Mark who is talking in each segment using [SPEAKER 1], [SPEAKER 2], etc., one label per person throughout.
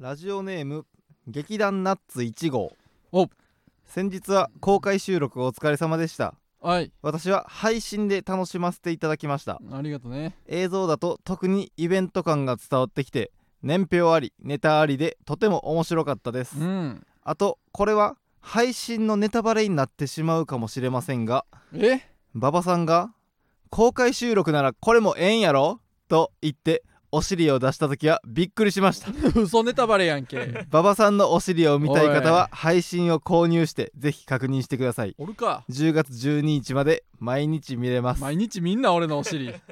[SPEAKER 1] ラジオネーム劇団ナッツ1号
[SPEAKER 2] お
[SPEAKER 1] 先日は公開収録お疲れ様でした
[SPEAKER 2] はい
[SPEAKER 1] 私は配信で楽しませていただきました
[SPEAKER 2] ありがとね
[SPEAKER 1] 映像だと特にイベント感が伝わってきて年表ありネタありでとても面白かったです
[SPEAKER 2] うん
[SPEAKER 1] あとこれは配信のネタバレになってしまうかもしれませんが
[SPEAKER 2] え
[SPEAKER 1] 馬場さんが「公開収録ならこれもええんやろ?」と言ってお尻を出した時はびっくりしました
[SPEAKER 2] 嘘ネタバレやんけ
[SPEAKER 1] 馬場さんのお尻を見たい方は配信を購入してぜひ確認してください
[SPEAKER 2] おるか
[SPEAKER 1] 10月12日まで毎日見れます
[SPEAKER 2] 毎日みんな俺の お尻
[SPEAKER 1] というこ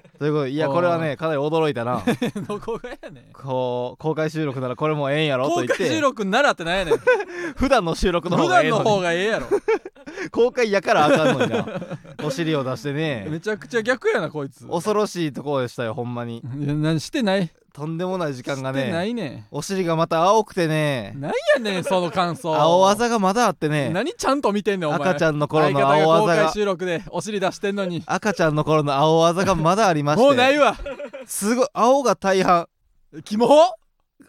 [SPEAKER 1] とでいや
[SPEAKER 2] おい
[SPEAKER 1] これはねかなり驚いたな
[SPEAKER 2] どこがやねん
[SPEAKER 1] こう公開収録ならこれもええんやろと
[SPEAKER 2] 公
[SPEAKER 1] 言っ
[SPEAKER 2] 開収
[SPEAKER 1] て
[SPEAKER 2] 録ならってなんやねん普
[SPEAKER 1] 普段の収録の方が
[SPEAKER 2] 段
[SPEAKER 1] ええの
[SPEAKER 2] の方
[SPEAKER 1] に
[SPEAKER 2] がええやろ
[SPEAKER 1] 公開やからあかんのに なお尻を出して
[SPEAKER 2] め
[SPEAKER 1] ね
[SPEAKER 2] ちゃくちゃ逆やなこいつ
[SPEAKER 1] 恐ろしいところでしたよほんまに
[SPEAKER 2] いや何してない時
[SPEAKER 1] とんでもない時間が
[SPEAKER 2] してな
[SPEAKER 1] ね
[SPEAKER 2] いね
[SPEAKER 1] お尻がまた青くてね
[SPEAKER 2] ん何やねんその感想
[SPEAKER 1] 青技がまだあってね
[SPEAKER 2] 何ちゃんと見てんねんお前
[SPEAKER 1] 赤ちゃんの頃の青
[SPEAKER 2] 相方が公
[SPEAKER 1] 技
[SPEAKER 2] 開
[SPEAKER 1] が
[SPEAKER 2] 収録でお尻出してんのに
[SPEAKER 1] 赤ちゃんの頃の青技がまだありまして
[SPEAKER 2] もうないわ
[SPEAKER 1] すごい青が大半
[SPEAKER 2] キモ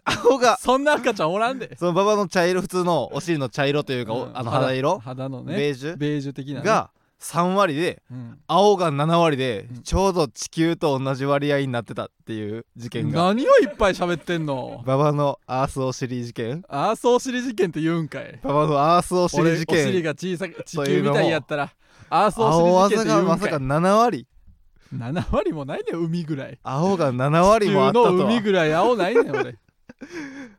[SPEAKER 1] 青が
[SPEAKER 2] そんな赤ちゃんおらんで
[SPEAKER 1] その馬場の茶色普通のお尻の茶色というか、お
[SPEAKER 2] うん
[SPEAKER 1] あの肌色
[SPEAKER 2] 肌のね
[SPEAKER 1] ベージュ
[SPEAKER 2] ベージュ的なね、
[SPEAKER 1] が3割で
[SPEAKER 2] うん、
[SPEAKER 1] 青が7割で
[SPEAKER 2] うん
[SPEAKER 1] ちょうど地球と同じ割合になってたっていう事件が
[SPEAKER 2] 何をいっぱい喋って んの
[SPEAKER 1] 馬場のアースお尻事件
[SPEAKER 2] アースお尻事件って言うんかい
[SPEAKER 1] 馬場のアースお
[SPEAKER 2] 俺
[SPEAKER 1] 尻事
[SPEAKER 2] お尻
[SPEAKER 1] 件
[SPEAKER 2] が小さく地
[SPEAKER 1] とい
[SPEAKER 2] 球
[SPEAKER 1] うの
[SPEAKER 2] み
[SPEAKER 1] も
[SPEAKER 2] たいやったらアース
[SPEAKER 1] 青
[SPEAKER 2] お尻事
[SPEAKER 1] 技
[SPEAKER 2] 件って言
[SPEAKER 1] が
[SPEAKER 2] うん
[SPEAKER 1] ま
[SPEAKER 2] か
[SPEAKER 1] さ
[SPEAKER 2] い
[SPEAKER 1] か7割
[SPEAKER 2] 7割もないねん海ぐらい
[SPEAKER 1] 青が7割もあった
[SPEAKER 2] 地球
[SPEAKER 1] と
[SPEAKER 2] の海
[SPEAKER 1] は
[SPEAKER 2] ぐらい青ないねん俺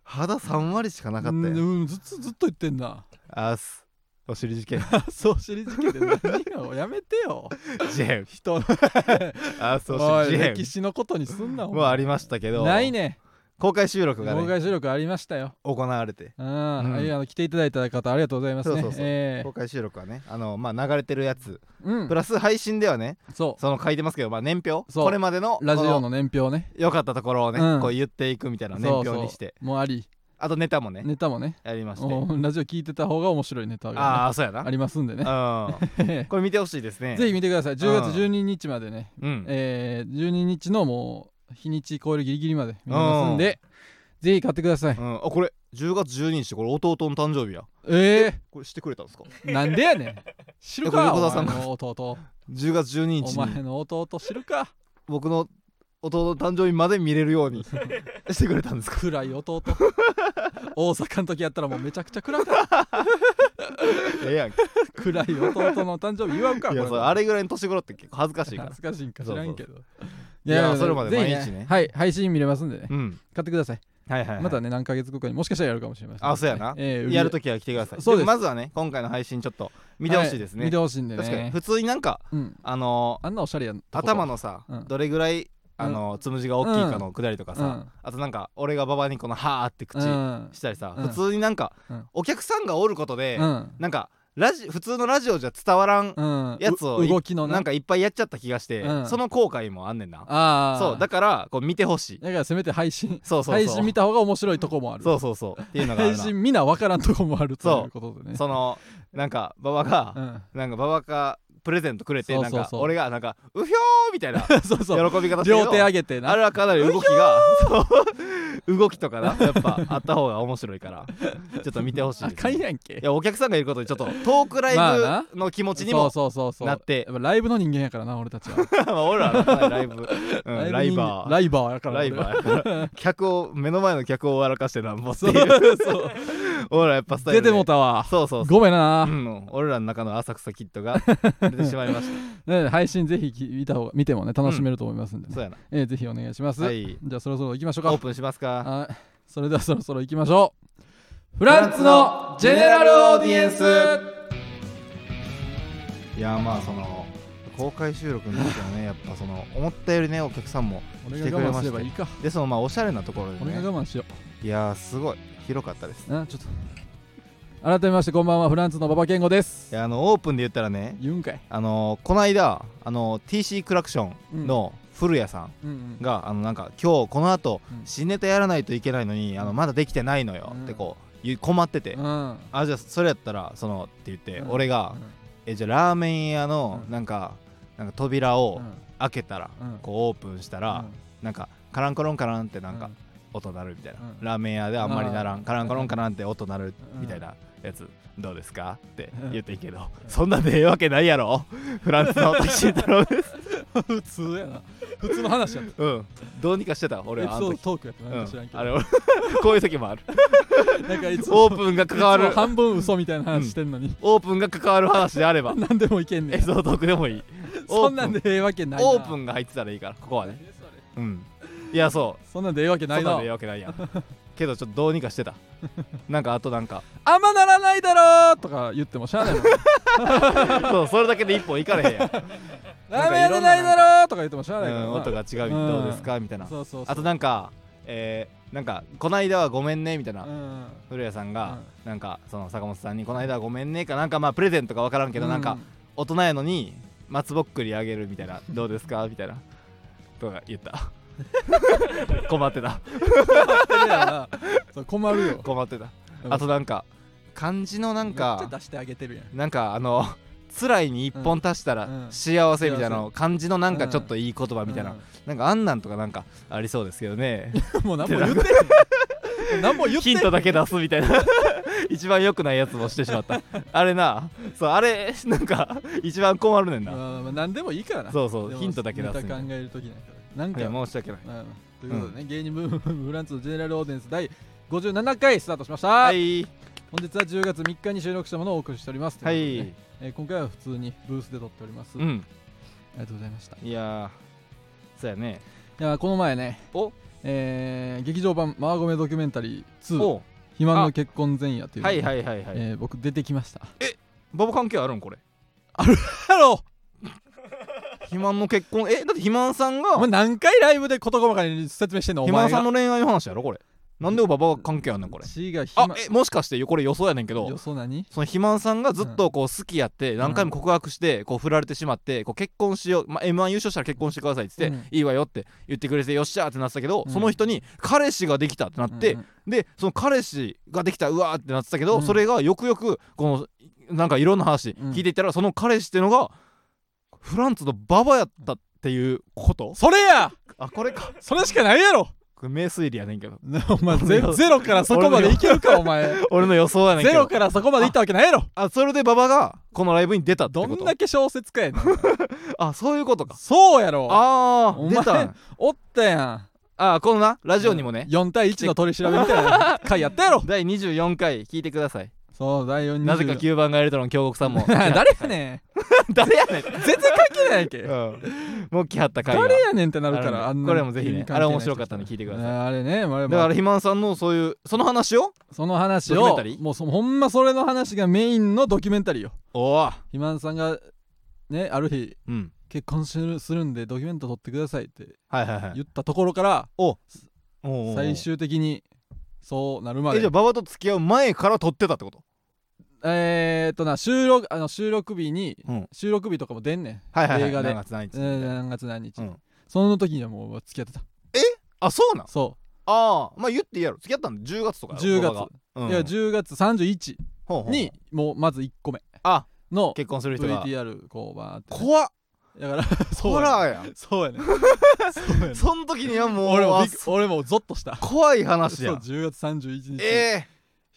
[SPEAKER 1] 肌3割しかなか
[SPEAKER 2] う
[SPEAKER 1] ったよ
[SPEAKER 2] んうんずっとずっと言ってんな
[SPEAKER 1] アースお尻事件
[SPEAKER 2] アースお尻事件って何よやめてよ
[SPEAKER 1] 事変
[SPEAKER 2] 人の
[SPEAKER 1] アースお
[SPEAKER 2] お
[SPEAKER 1] 尻
[SPEAKER 2] い
[SPEAKER 1] 事変
[SPEAKER 2] 歴史のことにすんなお前
[SPEAKER 1] もありましたけど
[SPEAKER 2] ないね
[SPEAKER 1] 公開収録が
[SPEAKER 2] 公
[SPEAKER 1] ね
[SPEAKER 2] 開収録ありましたよ
[SPEAKER 1] 行われて
[SPEAKER 2] うん、
[SPEAKER 1] ん
[SPEAKER 2] あいやあの来ていただいた方ありがとうございますね
[SPEAKER 1] そうそうそう
[SPEAKER 2] ええ
[SPEAKER 1] 公開収録はねあのまあ流れてるやつ
[SPEAKER 2] うん
[SPEAKER 1] プラス配信ではね
[SPEAKER 2] そ
[SPEAKER 1] その書いてますけどまあ年表
[SPEAKER 2] そう
[SPEAKER 1] これまでの
[SPEAKER 2] うラジ
[SPEAKER 1] こ
[SPEAKER 2] オの年表ね
[SPEAKER 1] 良かったところをね、
[SPEAKER 2] うん
[SPEAKER 1] こう言っていくみたいな年表にして
[SPEAKER 2] そうそうもうあり
[SPEAKER 1] あとネタもね
[SPEAKER 2] ネタもね
[SPEAKER 1] やりまして
[SPEAKER 2] おラジオ聞いてた方が面白いネタがね、
[SPEAKER 1] ああそうやな
[SPEAKER 2] ありますんで
[SPEAKER 1] う
[SPEAKER 2] ね、
[SPEAKER 1] ん これ見てほしいですね
[SPEAKER 2] ぜひ見てください10月12日までね、
[SPEAKER 1] うん、
[SPEAKER 2] えー、12日のもう日にち超えるギリギリまで見れますんで、ぜひ買ってください、
[SPEAKER 1] うん、あこれ10月12日これ弟の誕生日や
[SPEAKER 2] え
[SPEAKER 1] これしてくれたんですか
[SPEAKER 2] ー、なんで やねん知る
[SPEAKER 1] え
[SPEAKER 2] か
[SPEAKER 1] こ
[SPEAKER 2] お
[SPEAKER 1] れ横
[SPEAKER 2] 前
[SPEAKER 1] 澤さんが
[SPEAKER 2] の弟
[SPEAKER 1] 10月12
[SPEAKER 2] お
[SPEAKER 1] 日に
[SPEAKER 2] 前の弟知るか
[SPEAKER 1] 僕の弟の誕生日まで見れるよう にしてくれたんですか
[SPEAKER 2] 暗い弟 大阪の時やったらもうめちゃくちゃ暗かっ
[SPEAKER 1] ええやんけ
[SPEAKER 2] た暗い弟の誕生日祝うか
[SPEAKER 1] いや
[SPEAKER 2] こ
[SPEAKER 1] それ
[SPEAKER 2] れ
[SPEAKER 1] あれぐらいの年頃って結構恥ずかしいから
[SPEAKER 2] 恥ずかしいんか知らんけど
[SPEAKER 1] いやそれまで毎日ね
[SPEAKER 2] ぜひはい配信見れますんでね
[SPEAKER 1] うん
[SPEAKER 2] 買ってください
[SPEAKER 1] はいはい、はい、
[SPEAKER 2] またね何ヶ月後かにもしかしたらやるかもしれません
[SPEAKER 1] あそうやな
[SPEAKER 2] え
[SPEAKER 1] やると
[SPEAKER 2] き
[SPEAKER 1] きは来てください
[SPEAKER 2] そうです
[SPEAKER 1] もまずはね今回の配信ちょっと見てほしいですね、
[SPEAKER 2] 見てほしいんでね
[SPEAKER 1] 確かに普通になんか
[SPEAKER 2] うん
[SPEAKER 1] あの
[SPEAKER 2] あんなおしゃれやん
[SPEAKER 1] ー頭のさ、
[SPEAKER 2] うん
[SPEAKER 1] どれぐらいあのーつむじが大きいかのくだりとかさ、
[SPEAKER 2] うん
[SPEAKER 1] あとなんか俺がババにこの「はーって口
[SPEAKER 2] うん
[SPEAKER 1] したりさ、
[SPEAKER 2] うん
[SPEAKER 1] 普通になんか、
[SPEAKER 2] うん
[SPEAKER 1] お客さんがおることで、
[SPEAKER 2] うん
[SPEAKER 1] なんかラジ普通のラジオじゃ伝わらん、
[SPEAKER 2] うん
[SPEAKER 1] やつを
[SPEAKER 2] う動きの
[SPEAKER 1] なんかいっぱいやっちゃった気がして、
[SPEAKER 2] うん
[SPEAKER 1] その後悔もあんねんな
[SPEAKER 2] ああ
[SPEAKER 1] そうだ
[SPEAKER 2] か
[SPEAKER 1] からこう見てほしい
[SPEAKER 2] らだからせめて配信
[SPEAKER 1] そうそうそう
[SPEAKER 2] 配信見た方が面白いとこもある
[SPEAKER 1] そうそうそうっていうのがあ
[SPEAKER 2] 配
[SPEAKER 1] るな
[SPEAKER 2] 信見な分からんとこもある
[SPEAKER 1] そう
[SPEAKER 2] ということでね
[SPEAKER 1] そのなんか馬場が、
[SPEAKER 2] うん
[SPEAKER 1] なんか馬場がプレゼントくれて
[SPEAKER 2] そう
[SPEAKER 1] な
[SPEAKER 2] そ
[SPEAKER 1] ん
[SPEAKER 2] うそう
[SPEAKER 1] か俺がなんか「うひょー!」みたいな
[SPEAKER 2] そう そう
[SPEAKER 1] 喜び方してる
[SPEAKER 2] 両手上
[SPEAKER 1] あ
[SPEAKER 2] げて
[SPEAKER 1] あ
[SPEAKER 2] な
[SPEAKER 1] れはかなり動きがそう 動きとかなやっぱあった方が面白いからちょっと見てほしい
[SPEAKER 2] あ
[SPEAKER 1] で
[SPEAKER 2] か
[SPEAKER 1] すね、
[SPEAKER 2] ん
[SPEAKER 1] い
[SPEAKER 2] やんけ
[SPEAKER 1] やお客さんがいることでちょっとトーク
[SPEAKER 2] ま
[SPEAKER 1] ライ
[SPEAKER 2] あ
[SPEAKER 1] ブの気持ちに
[SPEAKER 2] そう
[SPEAKER 1] も
[SPEAKER 2] そうそうそう
[SPEAKER 1] なって
[SPEAKER 2] やっぱライブの人間やからな俺たちは
[SPEAKER 1] まあ俺らはかなりライブ、うん、ライ
[SPEAKER 2] 人間
[SPEAKER 1] バー
[SPEAKER 2] ライバーやから
[SPEAKER 1] ライ
[SPEAKER 2] 俺は
[SPEAKER 1] バーや から客を目の前の客を笑かしてなんぼって
[SPEAKER 2] そう
[SPEAKER 1] いう
[SPEAKER 2] そう
[SPEAKER 1] 俺らやっぱスタイ
[SPEAKER 2] 出
[SPEAKER 1] ルで
[SPEAKER 2] てもうたわ
[SPEAKER 1] そうそうそう
[SPEAKER 2] ごめんな
[SPEAKER 1] うん俺らの中の浅草キッドが出てしまいまし
[SPEAKER 2] ね配信ぜひき見た方が見てもね楽しめると思いますんで、
[SPEAKER 1] た
[SPEAKER 2] ね
[SPEAKER 1] そうやな
[SPEAKER 2] えーぜひお願いします、
[SPEAKER 1] はい
[SPEAKER 2] じゃあそろそろ行きましょう
[SPEAKER 1] オー
[SPEAKER 2] か
[SPEAKER 1] プンしますか
[SPEAKER 2] はいそれではそろそろ行きましょうフランツのジェネラルオーディエンス
[SPEAKER 1] いやまあその公開収録の時は ねやっぱその思ったよりねお客さんも
[SPEAKER 2] 俺
[SPEAKER 1] 来て
[SPEAKER 2] が
[SPEAKER 1] くれ
[SPEAKER 2] 我慢
[SPEAKER 1] ますし
[SPEAKER 2] ればい
[SPEAKER 1] て
[SPEAKER 2] いか
[SPEAKER 1] でそのまあおしゃれなところで
[SPEAKER 2] 俺が
[SPEAKER 1] ね
[SPEAKER 2] 我慢しよ
[SPEAKER 1] いやーすごい広かったです
[SPEAKER 2] うなちょっと改めましてこんばんはフランツの馬場健吾で
[SPEAKER 1] い
[SPEAKER 2] す
[SPEAKER 1] やあのオープンで言ったらね
[SPEAKER 2] 言うんかい、
[SPEAKER 1] あのこの間あの TC クラクションの古谷さん
[SPEAKER 2] うんうん、
[SPEAKER 1] があのなんか今日この後
[SPEAKER 2] うん
[SPEAKER 1] 新ネタやらないといけないのにあのまだできてないのよ
[SPEAKER 2] うん
[SPEAKER 1] ってこう言う困ってて
[SPEAKER 2] うん
[SPEAKER 1] あじゃあそれやったらそのって言って
[SPEAKER 2] うん
[SPEAKER 1] 俺がえじゃあラーメン屋の
[SPEAKER 2] うん
[SPEAKER 1] なんかなんか扉
[SPEAKER 2] うん
[SPEAKER 1] を
[SPEAKER 2] うん
[SPEAKER 1] 開けたら
[SPEAKER 2] うん
[SPEAKER 1] こうオープンしたらなんかカランコロンカランってなんか音鳴るみたいな、
[SPEAKER 2] うん
[SPEAKER 1] ラーメン屋ではあんまりなら
[SPEAKER 2] あ
[SPEAKER 1] ん
[SPEAKER 2] ー
[SPEAKER 1] カランコロンカランって音鳴る
[SPEAKER 2] うん
[SPEAKER 1] みたいなやつどうですかって
[SPEAKER 2] うん
[SPEAKER 1] 言っていいけど、そんなんでええわけないや ろフランスのタクシー太郎です
[SPEAKER 2] 普通やな普通の話やった
[SPEAKER 1] うんどうにかしてた俺
[SPEAKER 2] エピ
[SPEAKER 1] はあ
[SPEAKER 2] ソー
[SPEAKER 1] の
[SPEAKER 2] ド
[SPEAKER 1] 時
[SPEAKER 2] トークやった
[SPEAKER 1] う
[SPEAKER 2] なんんか知らんけど、
[SPEAKER 1] あれ俺 こういう時も ある
[SPEAKER 2] なんかいつも
[SPEAKER 1] オープンが関わ
[SPEAKER 2] いつ
[SPEAKER 1] る
[SPEAKER 2] も半分嘘みたいな話してんのに、
[SPEAKER 1] オープンが関わる話であれば
[SPEAKER 2] 何でもいけ んね
[SPEAKER 1] エ
[SPEAKER 2] ん
[SPEAKER 1] ピソードトークでもいい
[SPEAKER 2] そんなんでええわけないな
[SPEAKER 1] オープ
[SPEAKER 2] ン
[SPEAKER 1] ンが入ってたらいいからここはねうんいやそう
[SPEAKER 2] そんなんでええわけな
[SPEAKER 1] そ
[SPEAKER 2] い
[SPEAKER 1] んな
[SPEAKER 2] なん
[SPEAKER 1] でええわけないやんけどちょっとどうにかして たなんかあとなんか
[SPEAKER 2] あんまならないだろーとか言ってもしゃあないもん
[SPEAKER 1] そうそれだけで一本いかれへんやん
[SPEAKER 2] ラーメン屋でないだろーとか言ってもしゃあないから
[SPEAKER 1] う
[SPEAKER 2] な、
[SPEAKER 1] ん、音が違うどうですかみたいな
[SPEAKER 2] そうそうそう
[SPEAKER 1] あとなんかえーなんかこないだはごめんねみたいな、
[SPEAKER 2] うん
[SPEAKER 1] 古谷さんが、なんかその坂本さんにこないだはごめんねかなんかまあプレゼントかわからんけど、なんか大人やのに松ぼっくりあげるみたいなどうですかみたいなとか言った 困ってた
[SPEAKER 2] うんいやそう困るよ
[SPEAKER 1] 困ってた、
[SPEAKER 2] うん
[SPEAKER 1] あとなんか漢字のなん
[SPEAKER 2] めっ
[SPEAKER 1] か
[SPEAKER 2] ちゃ出してあげてるやん
[SPEAKER 1] なんかあの 辛いに一本足した
[SPEAKER 2] う
[SPEAKER 1] ら
[SPEAKER 2] ん
[SPEAKER 1] 幸せみたいな
[SPEAKER 2] 幸
[SPEAKER 1] の漢字のなんかちょっといい言葉みたいな、なんかあんなんとかなんかありそうですけどね
[SPEAKER 2] うんもう何も言ってへん何も言って
[SPEAKER 1] ヒ
[SPEAKER 2] へ
[SPEAKER 1] ン
[SPEAKER 2] ん
[SPEAKER 1] トだけ出すみたい な一番良くないやつもしてしまったあれなそうあれなんか一番困るねん
[SPEAKER 2] ま
[SPEAKER 1] な、
[SPEAKER 2] あまあまあ何でもいいからな
[SPEAKER 1] そうそう
[SPEAKER 2] でも
[SPEAKER 1] ヒントだけ出す
[SPEAKER 2] ネ
[SPEAKER 1] み
[SPEAKER 2] タ
[SPEAKER 1] た
[SPEAKER 2] 考
[SPEAKER 1] い
[SPEAKER 2] えるときないからなん
[SPEAKER 1] な
[SPEAKER 2] か
[SPEAKER 1] いや申し訳ない
[SPEAKER 2] うんということでね、芸人ブームブームフランツのジェネラルオーディエンス第57回スタートしました、
[SPEAKER 1] はい
[SPEAKER 2] 本日は10月3日に収録したものをお送りしております
[SPEAKER 1] は
[SPEAKER 2] ということで
[SPEAKER 1] い
[SPEAKER 2] ねえー今回は普通にブースで撮っております、
[SPEAKER 1] う
[SPEAKER 2] あ
[SPEAKER 1] ん
[SPEAKER 2] りがとうございましたい
[SPEAKER 1] いやーそうやね
[SPEAKER 2] やこの前ね
[SPEAKER 1] お
[SPEAKER 2] えー劇場版「マーゴメドキュメンタリー2
[SPEAKER 1] お
[SPEAKER 2] 肥満の結婚前夜」というの
[SPEAKER 1] は
[SPEAKER 2] に
[SPEAKER 1] いはいはいはい、
[SPEAKER 2] えー僕出てきました
[SPEAKER 1] ボブ関係あるんこれ
[SPEAKER 2] ハロー
[SPEAKER 1] 肥満の結婚えだって肥満さんが
[SPEAKER 2] お前
[SPEAKER 1] 肥
[SPEAKER 2] 何回ライブで事細かに説明してんのお
[SPEAKER 1] 満
[SPEAKER 2] 前
[SPEAKER 1] さん
[SPEAKER 2] が
[SPEAKER 1] の恋愛の話やろこれなんでおばばが関係あんねんこれ
[SPEAKER 2] 違う
[SPEAKER 1] あ
[SPEAKER 2] 肥
[SPEAKER 1] えもしかしてよこれ予想やねんけど
[SPEAKER 2] 満よそ何
[SPEAKER 1] その肥満さんがずっとこう好きやって何回も告白してこう振られてしまってこう結婚しよう、まあ、m 1優勝したら結婚してくださいって言って、
[SPEAKER 2] うん
[SPEAKER 1] いいわよって言ってくれてよっしゃーってなってたけど、
[SPEAKER 2] うん
[SPEAKER 1] その人に彼氏ができたってなって、
[SPEAKER 2] うんうん
[SPEAKER 1] でその彼氏ができたうわーってなってたけど、
[SPEAKER 2] うん
[SPEAKER 1] それがよくよくこのなんかいろんな話聞いていったら、その彼氏っていうのがフランツのババやったっていうこと
[SPEAKER 2] それや
[SPEAKER 1] あこれか
[SPEAKER 2] それしかないやろ
[SPEAKER 1] これ名推理やねんけど
[SPEAKER 2] お 前ゼゼロからそこまでいけるかお前
[SPEAKER 1] 俺の予想やねんけ
[SPEAKER 2] ゼロ
[SPEAKER 1] ど
[SPEAKER 2] からそこまでいったわけないやろ
[SPEAKER 1] あそれでババがこのライブに出たってこ
[SPEAKER 2] ど
[SPEAKER 1] と
[SPEAKER 2] んだけ小説家やねん
[SPEAKER 1] あそういうことか
[SPEAKER 2] そうやろ
[SPEAKER 1] あ
[SPEAKER 2] お
[SPEAKER 1] あ
[SPEAKER 2] 前
[SPEAKER 1] 出たん
[SPEAKER 2] おったやん
[SPEAKER 1] あーこのなラジオにもね、
[SPEAKER 2] 4対1の取り調べみたいな回やったやろ
[SPEAKER 1] 第24回聞いてください
[SPEAKER 2] そう第4
[SPEAKER 1] なぜか9番がエルトロン京極さんも
[SPEAKER 2] 誰やね
[SPEAKER 1] 誰やねん
[SPEAKER 2] ん全然関係ないやんけ、
[SPEAKER 1] うん、もう来はった回が
[SPEAKER 2] 誰やねんってなるから
[SPEAKER 1] あ
[SPEAKER 2] あ
[SPEAKER 1] るん
[SPEAKER 2] ん
[SPEAKER 1] で
[SPEAKER 2] な
[SPEAKER 1] これもぜひね
[SPEAKER 2] 意味関係ない
[SPEAKER 1] あれ面白かったんで聞いてください
[SPEAKER 2] ねあれね、まあ
[SPEAKER 1] だ
[SPEAKER 2] ま
[SPEAKER 1] か
[SPEAKER 2] あ
[SPEAKER 1] ら肥満さんのそういうその話を
[SPEAKER 2] その話
[SPEAKER 1] ドキュメン
[SPEAKER 2] を
[SPEAKER 1] タリー
[SPEAKER 2] もうそほんまそれの話がメインのドキュメンタリーよ
[SPEAKER 1] おお
[SPEAKER 2] 肥満さんがねある日
[SPEAKER 1] うん
[SPEAKER 2] 結婚するするんでドキュメント撮ってくださいって
[SPEAKER 1] はいはいはい
[SPEAKER 2] 言ったところから
[SPEAKER 1] おうおうおう
[SPEAKER 2] 最終的にそうなるま
[SPEAKER 1] え
[SPEAKER 2] で
[SPEAKER 1] じゃあ馬場と付き合う前から撮ってたってこと
[SPEAKER 2] えー、っとな収録あの収録日に、
[SPEAKER 1] うん
[SPEAKER 2] 収録日とかも出んねん、
[SPEAKER 1] はいはい、はい、
[SPEAKER 2] 映画で
[SPEAKER 1] 何月何日
[SPEAKER 2] えー何月何日、
[SPEAKER 1] うん
[SPEAKER 2] その時にはもう付き合ってた
[SPEAKER 1] あそうなん
[SPEAKER 2] そ
[SPEAKER 1] ああまあ言っていいやろ付き合ったの10月と
[SPEAKER 2] う
[SPEAKER 1] かやろ
[SPEAKER 2] 10
[SPEAKER 1] 馬場
[SPEAKER 2] 月
[SPEAKER 1] が、うん、
[SPEAKER 2] いや10月31
[SPEAKER 1] ほうほう
[SPEAKER 2] にもうまず1個目
[SPEAKER 1] あ
[SPEAKER 2] の
[SPEAKER 1] 結婚する人が
[SPEAKER 2] VTR こうバーって
[SPEAKER 1] 怖っ
[SPEAKER 2] だからそう
[SPEAKER 1] ホ
[SPEAKER 2] やね
[SPEAKER 1] ラーやん
[SPEAKER 2] そうやねそうやね
[SPEAKER 1] そん時にはもう
[SPEAKER 2] 俺も
[SPEAKER 1] あ
[SPEAKER 2] びっく俺もゾッとした
[SPEAKER 1] 怖い話
[SPEAKER 2] そう
[SPEAKER 1] やん
[SPEAKER 2] 10月31日ひ
[SPEAKER 1] え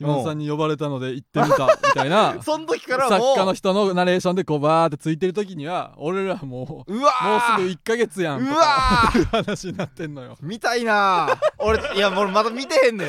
[SPEAKER 2] まさんに呼ばれたので行ってみたみたい
[SPEAKER 1] え
[SPEAKER 2] な
[SPEAKER 1] その時からもう
[SPEAKER 2] 作家の人のナレーションでこうバーってついてる時には俺らもうもう
[SPEAKER 1] うわー
[SPEAKER 2] すぐ1ヶ月やんと
[SPEAKER 1] うわ
[SPEAKER 2] か
[SPEAKER 1] ー
[SPEAKER 2] 話になってんのよ
[SPEAKER 1] 見たいな ー俺いや俺まだ見てへんねん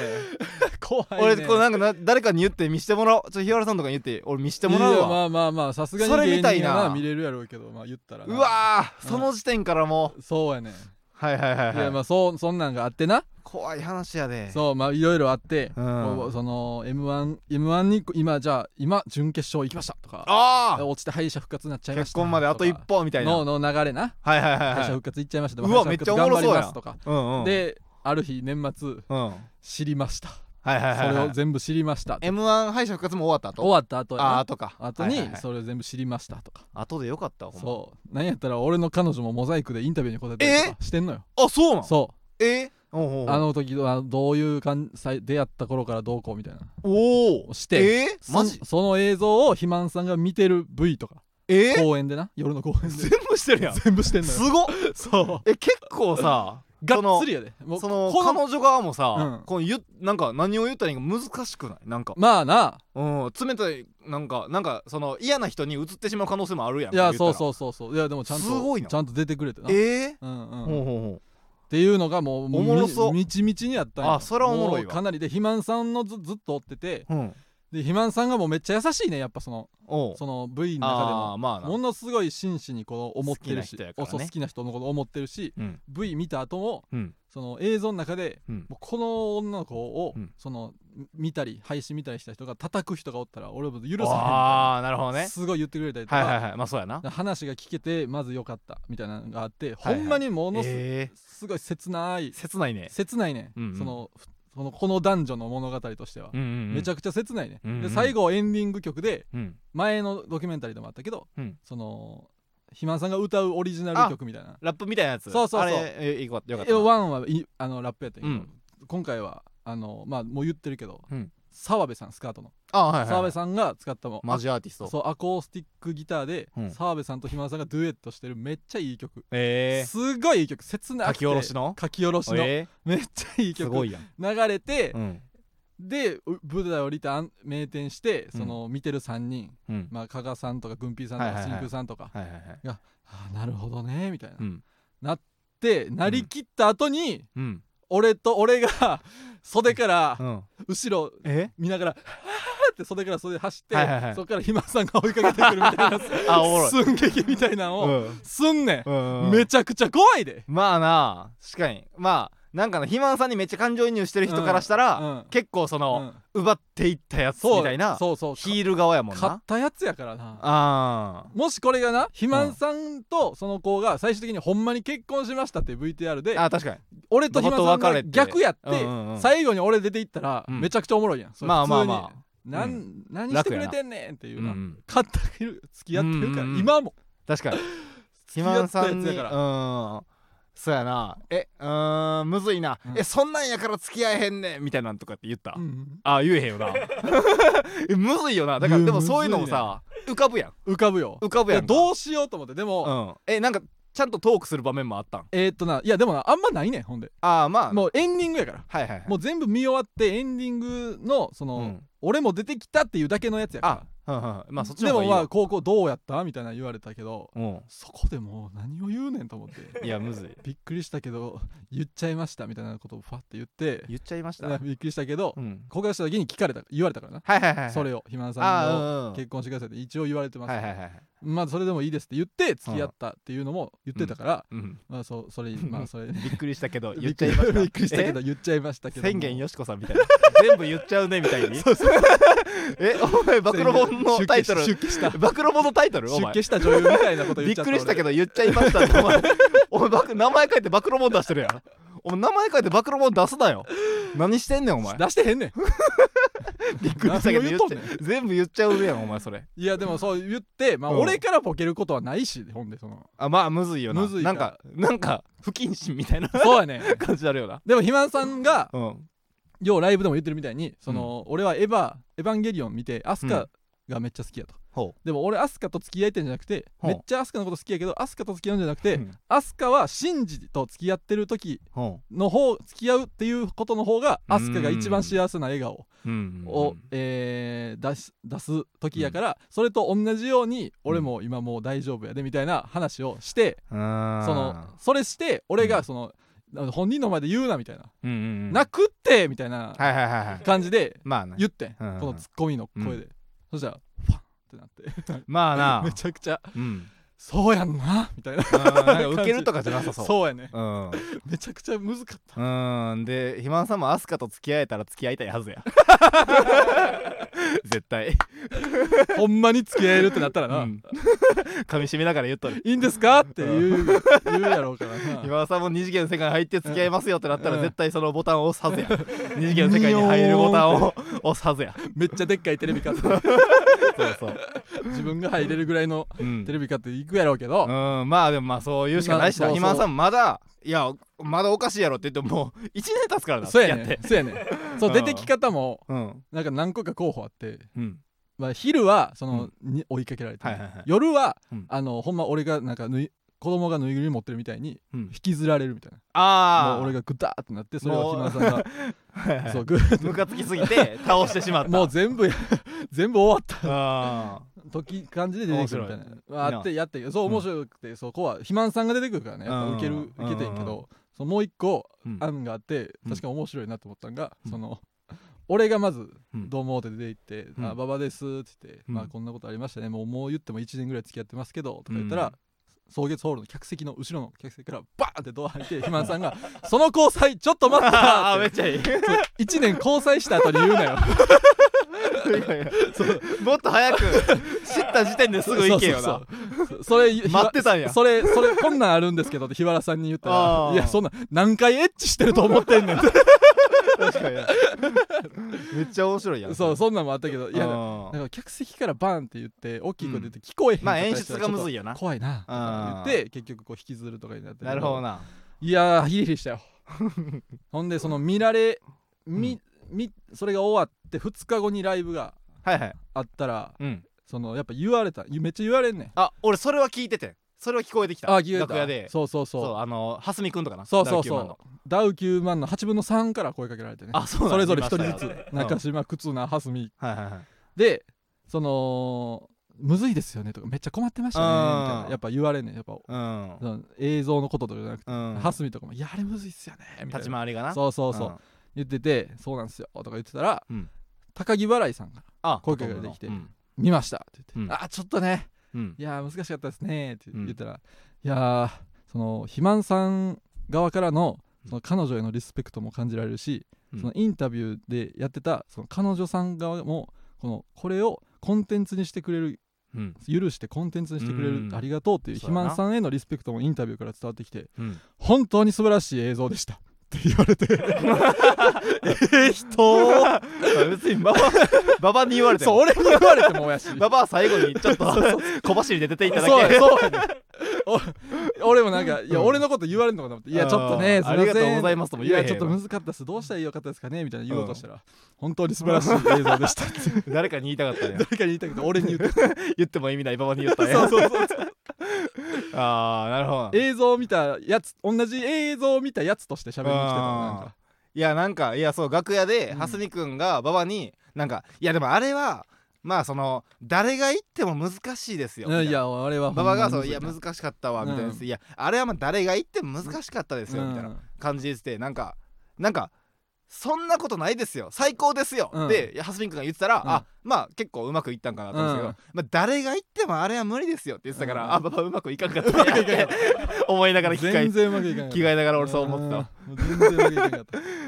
[SPEAKER 2] 怖いね
[SPEAKER 1] 俺こう
[SPEAKER 2] っ
[SPEAKER 1] なんかな誰かに言って見してもらおうちょっと日原さんとかに言って俺見してもらうわ
[SPEAKER 2] まあまあまあさすがに
[SPEAKER 1] それ
[SPEAKER 2] 芸
[SPEAKER 1] 見たい
[SPEAKER 2] 人
[SPEAKER 1] な
[SPEAKER 2] はな見れるやろうけどまあ言ったらな
[SPEAKER 1] うわー
[SPEAKER 2] うん
[SPEAKER 1] その時点からもう
[SPEAKER 2] そうやね
[SPEAKER 1] はいはいはい
[SPEAKER 2] いや
[SPEAKER 1] は
[SPEAKER 2] ま
[SPEAKER 1] い
[SPEAKER 2] あそうそんなんがあってな
[SPEAKER 1] 怖い話やで
[SPEAKER 2] そうまあいろいろあって
[SPEAKER 1] うん
[SPEAKER 2] こうその m 1 m 1に今じゃあ今準決勝行きましたとか
[SPEAKER 1] ああ
[SPEAKER 2] 落ちて敗者復活になっちゃいまし
[SPEAKER 1] 結
[SPEAKER 2] た
[SPEAKER 1] 婚まであと一歩みたいなは
[SPEAKER 2] の
[SPEAKER 1] い
[SPEAKER 2] の流れな
[SPEAKER 1] はいはい
[SPEAKER 2] 敗者
[SPEAKER 1] はい
[SPEAKER 2] 復活行っちゃいましたでも
[SPEAKER 1] うわ
[SPEAKER 2] 敗者復
[SPEAKER 1] めっ
[SPEAKER 2] 活
[SPEAKER 1] ちゃおもろそうやん
[SPEAKER 2] 頑張りますとか
[SPEAKER 1] うんうん
[SPEAKER 2] である日年末
[SPEAKER 1] うんはい
[SPEAKER 2] 知りました
[SPEAKER 1] はい
[SPEAKER 2] そ
[SPEAKER 1] はい
[SPEAKER 2] れ
[SPEAKER 1] は
[SPEAKER 2] を
[SPEAKER 1] い
[SPEAKER 2] 全部知りました終
[SPEAKER 1] M1 敗者復活も終わった後
[SPEAKER 2] わった後や
[SPEAKER 1] あ
[SPEAKER 2] な
[SPEAKER 1] あとか
[SPEAKER 2] 後
[SPEAKER 1] はいはい
[SPEAKER 2] に
[SPEAKER 1] はい
[SPEAKER 2] それを全部知りましたとか
[SPEAKER 1] 後でよかったわほんま
[SPEAKER 2] そうなんやったら俺の彼女もモザイクでインタビューに答えたりとかしてんのよ
[SPEAKER 1] あそうなん
[SPEAKER 2] そ
[SPEAKER 1] えおうおうお
[SPEAKER 2] う
[SPEAKER 1] う
[SPEAKER 2] あの時はどういう感じ出会った頃からどうこうみたいな
[SPEAKER 1] おお
[SPEAKER 2] して
[SPEAKER 1] えーマジ
[SPEAKER 2] そその映像を肥満さんが見てる V とか
[SPEAKER 1] えー
[SPEAKER 2] 公園でな夜の公園で
[SPEAKER 1] 全部してるやん
[SPEAKER 2] 全部してんの
[SPEAKER 1] す
[SPEAKER 2] よ
[SPEAKER 1] ごっ
[SPEAKER 2] そう
[SPEAKER 1] え結構さ
[SPEAKER 2] がっつりやでもう
[SPEAKER 1] その
[SPEAKER 2] こ
[SPEAKER 1] 彼女側も
[SPEAKER 2] う
[SPEAKER 1] さ
[SPEAKER 2] ん、
[SPEAKER 1] このゆなんか何を言ったらいいか難しくないなんか、
[SPEAKER 2] まあな
[SPEAKER 1] うん、冷たいなんかなんかその嫌な人に移ってしまう可能性もあるやん
[SPEAKER 2] いや
[SPEAKER 1] 言った
[SPEAKER 2] そ
[SPEAKER 1] ら
[SPEAKER 2] うそうそうそういやでもちゃんと
[SPEAKER 1] すごいな
[SPEAKER 2] ちゃんと出てくれてな、
[SPEAKER 1] ええ
[SPEAKER 2] うんうん
[SPEAKER 1] ほ
[SPEAKER 2] っ
[SPEAKER 1] うほうほう
[SPEAKER 2] ていうのがもう
[SPEAKER 1] おもろそう
[SPEAKER 2] みみちみちにあったんよ
[SPEAKER 1] あそれはおもろいわ
[SPEAKER 2] うかなりで肥満さんのずずっと追ってて
[SPEAKER 1] うん
[SPEAKER 2] で肥満さんがもうめっちゃ優しいねやっぱその
[SPEAKER 1] おう
[SPEAKER 2] その V の中で
[SPEAKER 1] あ
[SPEAKER 2] も
[SPEAKER 1] あまあな
[SPEAKER 2] ものすごい真摯にこう思ってるし
[SPEAKER 1] 好きな人やからね
[SPEAKER 2] おそう好きな人のこと思ってるし
[SPEAKER 1] うん
[SPEAKER 2] V 見た後も
[SPEAKER 1] うん
[SPEAKER 2] その映像の中で
[SPEAKER 1] うん
[SPEAKER 2] もうこの女の子を、
[SPEAKER 1] うん
[SPEAKER 2] その見たり配信見たりした人が叩く人がおったら俺も許さへんみたいな
[SPEAKER 1] ああなるほどね
[SPEAKER 2] すごい言ってくれたりとか、
[SPEAKER 1] はいはいはいまあそうやな
[SPEAKER 2] 話が聞けてまず良かったみたいなのがあって、
[SPEAKER 1] はい
[SPEAKER 2] ほんまにものす,、
[SPEAKER 1] ええ
[SPEAKER 2] ごい切ない
[SPEAKER 1] 切ないね
[SPEAKER 2] 切ないね、
[SPEAKER 1] うんうん
[SPEAKER 2] そのふそのこの男女の物語としては、
[SPEAKER 1] うんうんうん
[SPEAKER 2] めちゃくちゃ切ないね、
[SPEAKER 1] うんうん
[SPEAKER 2] で最後エンディング曲で
[SPEAKER 1] うん
[SPEAKER 2] 前のドキュメンタリーでもあったけど、
[SPEAKER 1] うん
[SPEAKER 2] その肥満さんが歌うオリジナル曲みたいな
[SPEAKER 1] ラップみたいなやつ
[SPEAKER 2] そうそうそう
[SPEAKER 1] あれえよかったよかった
[SPEAKER 2] えワンはいあのラップやったんやけ
[SPEAKER 1] う
[SPEAKER 2] ど、
[SPEAKER 1] ん
[SPEAKER 2] 今回はあのまあもう言ってるけど、
[SPEAKER 1] うん
[SPEAKER 2] 澤部さんスカートの
[SPEAKER 1] あはいはい
[SPEAKER 2] 澤
[SPEAKER 1] は
[SPEAKER 2] 部
[SPEAKER 1] い
[SPEAKER 2] さんが使ったもん
[SPEAKER 1] マジアーティスト
[SPEAKER 2] そうアコースティックギターで
[SPEAKER 1] うん
[SPEAKER 2] 澤部さんとひまわさんがデュエットしてるめっちゃいい曲
[SPEAKER 1] ええ
[SPEAKER 2] すごいいい曲切なく
[SPEAKER 1] 書
[SPEAKER 2] て
[SPEAKER 1] き下ろしの
[SPEAKER 2] 書き下ろしの
[SPEAKER 1] え
[SPEAKER 2] めっちゃいい
[SPEAKER 1] えす
[SPEAKER 2] 曲
[SPEAKER 1] ごいやん
[SPEAKER 2] 流れて
[SPEAKER 1] うん
[SPEAKER 2] でう舞台降りてあん名店して
[SPEAKER 1] うん
[SPEAKER 2] その見てる3人
[SPEAKER 1] うん
[SPEAKER 2] まあ加賀さんとか軍ピーさんと
[SPEAKER 1] はい
[SPEAKER 2] か
[SPEAKER 1] はいはい
[SPEAKER 2] 真空さんとか
[SPEAKER 1] はいはいはい
[SPEAKER 2] あーなるほどねみたいな
[SPEAKER 1] うん
[SPEAKER 2] でなりきった後に
[SPEAKER 1] うん
[SPEAKER 2] 俺と俺が袖から
[SPEAKER 1] うん
[SPEAKER 2] 後ろ
[SPEAKER 1] え
[SPEAKER 2] 見ながら「はーって袖から袖で走って
[SPEAKER 1] はいはいはい
[SPEAKER 2] そこからひまわさんが追いかけてくるみたいな
[SPEAKER 1] あおもろい
[SPEAKER 2] 寸劇みたいなのを
[SPEAKER 1] うん
[SPEAKER 2] すんねん
[SPEAKER 1] うんうん
[SPEAKER 2] めちゃくちゃ怖いで、
[SPEAKER 1] まあな確かにまあなんかな肥満さんにめっちゃ感情移入してる人からしたら、
[SPEAKER 2] うん
[SPEAKER 1] 結構その、
[SPEAKER 2] ん
[SPEAKER 1] 奪っていったやつみたいな
[SPEAKER 2] そうそう
[SPEAKER 1] ヒール側やもん
[SPEAKER 2] 買っ
[SPEAKER 1] な
[SPEAKER 2] たやつやからな
[SPEAKER 1] あー
[SPEAKER 2] もしこれがな肥満さんとその子が最終的にほんまに結婚しましたっていう VTR で
[SPEAKER 1] あ確かに
[SPEAKER 2] 俺と肥満さんが逆やって
[SPEAKER 1] うんうんうん
[SPEAKER 2] 最後に俺出ていったら
[SPEAKER 1] うん
[SPEAKER 2] めちゃくちゃおもろいやんそれ
[SPEAKER 1] まあまあ
[SPEAKER 2] 普
[SPEAKER 1] まあ、
[SPEAKER 2] 通になん、
[SPEAKER 1] う
[SPEAKER 2] 何してくれてんねんっていう
[SPEAKER 1] うんう
[SPEAKER 2] な、
[SPEAKER 1] ん、
[SPEAKER 2] 買ったける付き合ってるから、
[SPEAKER 1] うんうんうん
[SPEAKER 2] 今も
[SPEAKER 1] 確 かに肥
[SPEAKER 2] 付き合
[SPEAKER 1] 満
[SPEAKER 2] った
[SPEAKER 1] さ
[SPEAKER 2] や
[SPEAKER 1] ん
[SPEAKER 2] つ
[SPEAKER 1] にう
[SPEAKER 2] やから、
[SPEAKER 1] んそうやなえうーんむずいな、
[SPEAKER 2] うん
[SPEAKER 1] えそんなんやから付き合えへんねんみたいなんとかって言った、
[SPEAKER 2] うんうん
[SPEAKER 1] あ言えへんよな えむずいよなだか
[SPEAKER 2] い
[SPEAKER 1] ら
[SPEAKER 2] や
[SPEAKER 1] でもそういうのもさ、浮かぶやん
[SPEAKER 2] 浮かぶよ
[SPEAKER 1] 浮かぶやん
[SPEAKER 2] いやどうしようと思ってでも、
[SPEAKER 1] うん、えなんかちゃんとトークする場面もあったん
[SPEAKER 2] えーっとないやでもなあんまないねんほんで
[SPEAKER 1] ああまあ
[SPEAKER 2] もうエンディングやから
[SPEAKER 1] はいはいはい
[SPEAKER 2] もう全部見終わってエンディングのその、
[SPEAKER 1] うん
[SPEAKER 2] 俺も出てきたっていうだけのやつやから
[SPEAKER 1] あうんうんまあそっち
[SPEAKER 2] で
[SPEAKER 1] の方が
[SPEAKER 2] も
[SPEAKER 1] いい
[SPEAKER 2] ま
[SPEAKER 1] わ
[SPEAKER 2] あ高校どうやったみたいな言われたけど
[SPEAKER 1] う
[SPEAKER 2] そこでもう何を言うねんと思っ て
[SPEAKER 1] んいやむず い
[SPEAKER 2] びっくりしたけど言っちゃいましたみたいなことをファって言って
[SPEAKER 1] 言っちゃいまし
[SPEAKER 2] いや
[SPEAKER 1] た
[SPEAKER 2] びっくりしたけど、
[SPEAKER 1] うん
[SPEAKER 2] 告白した時に聞かれた言われたからな、
[SPEAKER 1] はいはいはい
[SPEAKER 2] それを肥満さ
[SPEAKER 1] ああ
[SPEAKER 2] んの
[SPEAKER 1] うん
[SPEAKER 2] 結婚してくださいって一応言われてます、
[SPEAKER 1] はいはいはいはい
[SPEAKER 2] まあそれでもいいですって言って付き合ったっていうのも言ってたから、
[SPEAKER 1] うん
[SPEAKER 2] まあそう それまあそれ
[SPEAKER 1] びっくりした けど
[SPEAKER 2] び
[SPEAKER 1] 言
[SPEAKER 2] っ
[SPEAKER 1] っ
[SPEAKER 2] く
[SPEAKER 1] ちゃ
[SPEAKER 2] り
[SPEAKER 1] いました
[SPEAKER 2] びっくりしたけど言っちゃいました
[SPEAKER 1] え
[SPEAKER 2] けども
[SPEAKER 1] 宣言よしこさんみたい な全部言っちゃうねみたいに えお前暴露本のタイトル
[SPEAKER 2] 出家した
[SPEAKER 1] 暴露本のタイトルお
[SPEAKER 2] 出
[SPEAKER 1] 前
[SPEAKER 2] 家した女優みたいなこと言
[SPEAKER 1] び
[SPEAKER 2] っ
[SPEAKER 1] っ
[SPEAKER 2] ちゃった
[SPEAKER 1] くりしたけど言っちゃいましたってお前お前暴露名前書いて暴露本出してるやんお前名前書いて暴露本出すなよ何してんねんお前
[SPEAKER 2] 出してへんねん
[SPEAKER 1] びっくりしたけど言っちゃ
[SPEAKER 2] 何を言っと
[SPEAKER 1] う全部言っちゃうねんお前それ
[SPEAKER 2] いやでもそう言ってまあ
[SPEAKER 1] うん
[SPEAKER 2] 俺からボケることはないしほんでその
[SPEAKER 1] あまあむずいよな
[SPEAKER 2] むずい
[SPEAKER 1] な
[SPEAKER 2] か
[SPEAKER 1] んかなんか不謹慎みたいな
[SPEAKER 2] そうやねん
[SPEAKER 1] 感じあるよな
[SPEAKER 2] でも肥満さんが
[SPEAKER 1] うん
[SPEAKER 2] ようライブでも言ってるみたいにその俺はエヴァエヴァンゲリオン見てアスカがめっちゃ好きやと
[SPEAKER 1] ほ
[SPEAKER 2] でも俺アスカと付き合いてんじゃなくて
[SPEAKER 1] ほう
[SPEAKER 2] めっちゃアスカのこと好きやけどアスカと付き合うんじゃなく
[SPEAKER 1] う
[SPEAKER 2] て
[SPEAKER 1] ん
[SPEAKER 2] アスカはシンジと付き合ってる時
[SPEAKER 1] ほ
[SPEAKER 2] の方付き合うっていうことの方が
[SPEAKER 1] うん
[SPEAKER 2] アスカが一番幸せな笑顔
[SPEAKER 1] ううん
[SPEAKER 2] を、えー出す出す時やから、それと同じように俺も今もう大丈夫やでみたいな話をして、
[SPEAKER 1] その
[SPEAKER 2] そのそれして俺
[SPEAKER 1] う
[SPEAKER 2] が
[SPEAKER 1] ん
[SPEAKER 2] その、本人の前で言うなみたいな、
[SPEAKER 1] うんうんうん
[SPEAKER 2] なくってみたいな
[SPEAKER 1] はいはいはいはい
[SPEAKER 2] 感じで
[SPEAKER 1] まあな
[SPEAKER 2] 言ってん、
[SPEAKER 1] うん
[SPEAKER 2] このツッコミの声で、そしたらファンってなって
[SPEAKER 1] まあ
[SPEAKER 2] め
[SPEAKER 1] な
[SPEAKER 2] ちゃくちゃ
[SPEAKER 1] うん うん
[SPEAKER 2] そうやんなみたいな
[SPEAKER 1] なんか受けるとかじゃなさ
[SPEAKER 2] そ
[SPEAKER 1] そうう
[SPEAKER 2] やね
[SPEAKER 1] うん
[SPEAKER 2] めちゃくちゃ難かった
[SPEAKER 1] うんで肥満さんもアスカと付き合えたら付き合いたいはずや 絶対
[SPEAKER 2] ほんまに付き合えるってなったらな、
[SPEAKER 1] うん 噛み締めながら言っとる
[SPEAKER 2] いいんですかって言う言うやろうからな
[SPEAKER 1] 肥満さんも二次元の世界に入って付き合いますよってなった
[SPEAKER 2] う
[SPEAKER 1] ら
[SPEAKER 2] ん
[SPEAKER 1] 絶対そのボタンを押すはず や二次元の世界に入るボタンを押すはずや
[SPEAKER 2] めっちゃでっかいテレビ買って
[SPEAKER 1] そうそう
[SPEAKER 2] 自分が入れるぐらいの
[SPEAKER 1] うん
[SPEAKER 2] テレビ買って行くやろうけど、
[SPEAKER 1] うんまあでもまあそう言うしかないしな
[SPEAKER 2] まあそ
[SPEAKER 1] 肥
[SPEAKER 2] うそう
[SPEAKER 1] 満さんまだいやまだおかしいやろって言ってももう1年経つからな
[SPEAKER 2] そうや
[SPEAKER 1] 付き合
[SPEAKER 2] ね
[SPEAKER 1] っ
[SPEAKER 2] ん
[SPEAKER 1] て
[SPEAKER 2] そうやねんそう
[SPEAKER 1] うん
[SPEAKER 2] 出てき方も
[SPEAKER 1] うん
[SPEAKER 2] なんか何個か候補あって、
[SPEAKER 1] うん
[SPEAKER 2] まあ、昼はその、に追いかけられて、
[SPEAKER 1] はいはいはい
[SPEAKER 2] 夜は、
[SPEAKER 1] うん
[SPEAKER 2] あのほんま俺がなんかぬい子供がぬいぐるみ持ってるみたいに
[SPEAKER 1] うん
[SPEAKER 2] 引きずられるみたいな
[SPEAKER 1] あ
[SPEAKER 2] も
[SPEAKER 1] あ
[SPEAKER 2] う俺
[SPEAKER 1] が
[SPEAKER 2] がグダーってなってそれを木村さん がそうグ
[SPEAKER 1] ム
[SPEAKER 2] ー
[SPEAKER 1] カつきすぎて倒してしまっ
[SPEAKER 2] ッ
[SPEAKER 1] た
[SPEAKER 2] もう全部 全部終わった
[SPEAKER 1] あ
[SPEAKER 2] 時感じで出てくるみたいな
[SPEAKER 1] 面白い
[SPEAKER 2] わーってやってそう
[SPEAKER 1] うん
[SPEAKER 2] 面白くて、そこは肥満さんが出てくるからねや
[SPEAKER 1] う
[SPEAKER 2] っ
[SPEAKER 1] ん
[SPEAKER 2] ぱ受ける受けてんけど、そのもう一個
[SPEAKER 1] ーうん
[SPEAKER 2] 案があって
[SPEAKER 1] うん
[SPEAKER 2] 確かに面白いなと思ったんが、
[SPEAKER 1] うん
[SPEAKER 2] その俺がまず
[SPEAKER 1] う
[SPEAKER 2] 「
[SPEAKER 1] ん
[SPEAKER 2] どう も」って出て行って「
[SPEAKER 1] うん
[SPEAKER 2] あババです」って言って、
[SPEAKER 1] うん
[SPEAKER 2] まあこんなことありましたねもうもう言っても1年ぐらい付き合ってますけど」とか言ったら、
[SPEAKER 1] うん
[SPEAKER 2] 草月ホールの客席の後ろの客席からバーンってドア開いて肥満さんが「その交際ちょっと待っ
[SPEAKER 1] あ
[SPEAKER 2] た!」
[SPEAKER 1] あ
[SPEAKER 2] っ
[SPEAKER 1] め
[SPEAKER 2] て
[SPEAKER 1] っちゃいい
[SPEAKER 2] 1年交際した後に言うなよ
[SPEAKER 1] もっと早く知った時点 ですぐ行けよ
[SPEAKER 2] そ
[SPEAKER 1] な
[SPEAKER 2] うそうそうそれひわ
[SPEAKER 1] 待ってたんや
[SPEAKER 2] それそれこんなんあるんですけどって日原さんに言った
[SPEAKER 1] あ
[SPEAKER 2] ら
[SPEAKER 1] ー
[SPEAKER 2] いやそんな何回エッチしてると思ってんねん
[SPEAKER 1] 確かにめっちゃ面白いやん
[SPEAKER 2] そう
[SPEAKER 1] う
[SPEAKER 2] そんなんもあったけどいやなん
[SPEAKER 1] や
[SPEAKER 2] か客席からバンって言って大きい声で言って聞こえへん
[SPEAKER 1] まあ
[SPEAKER 2] かったり
[SPEAKER 1] 演
[SPEAKER 2] した
[SPEAKER 1] 出
[SPEAKER 2] ら
[SPEAKER 1] がむ
[SPEAKER 2] ちょ
[SPEAKER 1] ず
[SPEAKER 2] っと
[SPEAKER 1] いよな
[SPEAKER 2] 怖いなとか言って結局こう引きずるとかになって
[SPEAKER 1] なるほどない
[SPEAKER 2] やーヒリヒ リしたよほんでその見られみ、みそれが終わって2日後にライブが
[SPEAKER 1] はいはい
[SPEAKER 2] あったら
[SPEAKER 1] うん
[SPEAKER 2] そのやっぱ言われためっちゃ言われんねん
[SPEAKER 1] あ俺それは聞いててそれは聞こえてきた
[SPEAKER 2] あ聞い
[SPEAKER 1] 楽屋で
[SPEAKER 2] たそうそう
[SPEAKER 1] そう
[SPEAKER 2] そう
[SPEAKER 1] あの蓮見くんとかな
[SPEAKER 2] そうそう
[SPEAKER 1] ダウキュー
[SPEAKER 2] そ
[SPEAKER 1] マンの
[SPEAKER 2] うダウ9万の8分の3から声かけられてね
[SPEAKER 1] あそうなん
[SPEAKER 2] それぞれ
[SPEAKER 1] 見
[SPEAKER 2] 一
[SPEAKER 1] ました
[SPEAKER 2] 人
[SPEAKER 1] よ
[SPEAKER 2] ずつ中島忽那蓮見
[SPEAKER 1] はいはいはい
[SPEAKER 2] でそのむずいですよねとかめっちゃ困ってましたね
[SPEAKER 1] うん
[SPEAKER 2] みたいなやっぱ言われんねんやっぱ
[SPEAKER 1] うん
[SPEAKER 2] その映像のこととかじゃなくて
[SPEAKER 1] うん
[SPEAKER 2] 蓮見とかも「いやあれむずいっすよね」みた
[SPEAKER 1] 立
[SPEAKER 2] い
[SPEAKER 1] ち
[SPEAKER 2] な
[SPEAKER 1] 回りがな
[SPEAKER 2] そうそうそう
[SPEAKER 1] うん
[SPEAKER 2] 言ってて「そうなんですよ」とか言ってたら
[SPEAKER 1] うん
[SPEAKER 2] 高木笑いさんが
[SPEAKER 1] あ
[SPEAKER 2] 声かけができて
[SPEAKER 1] うん
[SPEAKER 2] 「見ました」って言
[SPEAKER 1] う
[SPEAKER 2] っ
[SPEAKER 1] ん
[SPEAKER 2] て「あちょっとね
[SPEAKER 1] うん
[SPEAKER 2] いやー難しかったですね」って言ったら「いやーその肥満さん側からのその彼女へのリスペクトも感じられるし
[SPEAKER 1] うん
[SPEAKER 2] そのインタビューでやってたその彼女さん側もこのこれをコンテンツにしてくれる
[SPEAKER 1] うん
[SPEAKER 2] 許してコンテンツにしてくれ
[SPEAKER 1] う
[SPEAKER 2] る
[SPEAKER 1] ん
[SPEAKER 2] ありがとうっていう
[SPEAKER 1] そ
[SPEAKER 2] 肥
[SPEAKER 1] うやな
[SPEAKER 2] 満さんへのリスペクトもインタビューから伝わってきて
[SPEAKER 1] うん
[SPEAKER 2] 本当に素晴らしい映像でしたって言われて えー人
[SPEAKER 1] 別にババババに言われて
[SPEAKER 2] そう
[SPEAKER 1] も
[SPEAKER 2] 俺に言われてもやし
[SPEAKER 1] ババは最後にちょっと小走りで出ていっただけ
[SPEAKER 2] そうやそうやね お俺もなんかいや
[SPEAKER 1] うん
[SPEAKER 2] 俺のこと言われるのかと思って「いやちょっとね
[SPEAKER 1] あー
[SPEAKER 2] すいません
[SPEAKER 1] ありがとうございますとも言えへん
[SPEAKER 2] い
[SPEAKER 1] よ
[SPEAKER 2] やちょっと難かったですどうしたらよかったですかね」みたいな言おうとしたら、本当に素晴らしい映像でした」って
[SPEAKER 1] 誰かに言いたかったね
[SPEAKER 2] 誰かに言いたけ ど俺に言って
[SPEAKER 1] 言っても意味ないババに言ったね
[SPEAKER 2] そうそうそう
[SPEAKER 1] ああなるほど
[SPEAKER 2] 映像を見たやつ同じ映像を見たやつとして喋りに来てたのなんか
[SPEAKER 1] いやなんかいやそう楽屋で
[SPEAKER 2] うん
[SPEAKER 1] 蓮見くんがババになんかいやでもあれはまあその誰が言っても難しいですよみたい
[SPEAKER 2] うん
[SPEAKER 1] ない
[SPEAKER 2] や俺は
[SPEAKER 1] ババがそういや
[SPEAKER 2] し
[SPEAKER 1] 難しかったわみたいなやつ、
[SPEAKER 2] うん
[SPEAKER 1] いやあれはまあ誰が言っても難しかったですよ、みたいな
[SPEAKER 2] な
[SPEAKER 1] 感じでしてなんかなんかそんなことないですよ最高ですよ、
[SPEAKER 2] うん
[SPEAKER 1] で蓮見君が言ってたら、
[SPEAKER 2] うん
[SPEAKER 1] あまあ結構うまくいったんかなと思うんですけど、まあ、誰が言ってもあれは無理ですよって言ってたから、
[SPEAKER 2] うん
[SPEAKER 1] あババうまくいかんかったなって 思いながら着替
[SPEAKER 2] 全
[SPEAKER 1] え
[SPEAKER 2] 然うまくいかない
[SPEAKER 1] 着替えながら俺そう思ってたわ
[SPEAKER 2] 全然うまくいかなかっ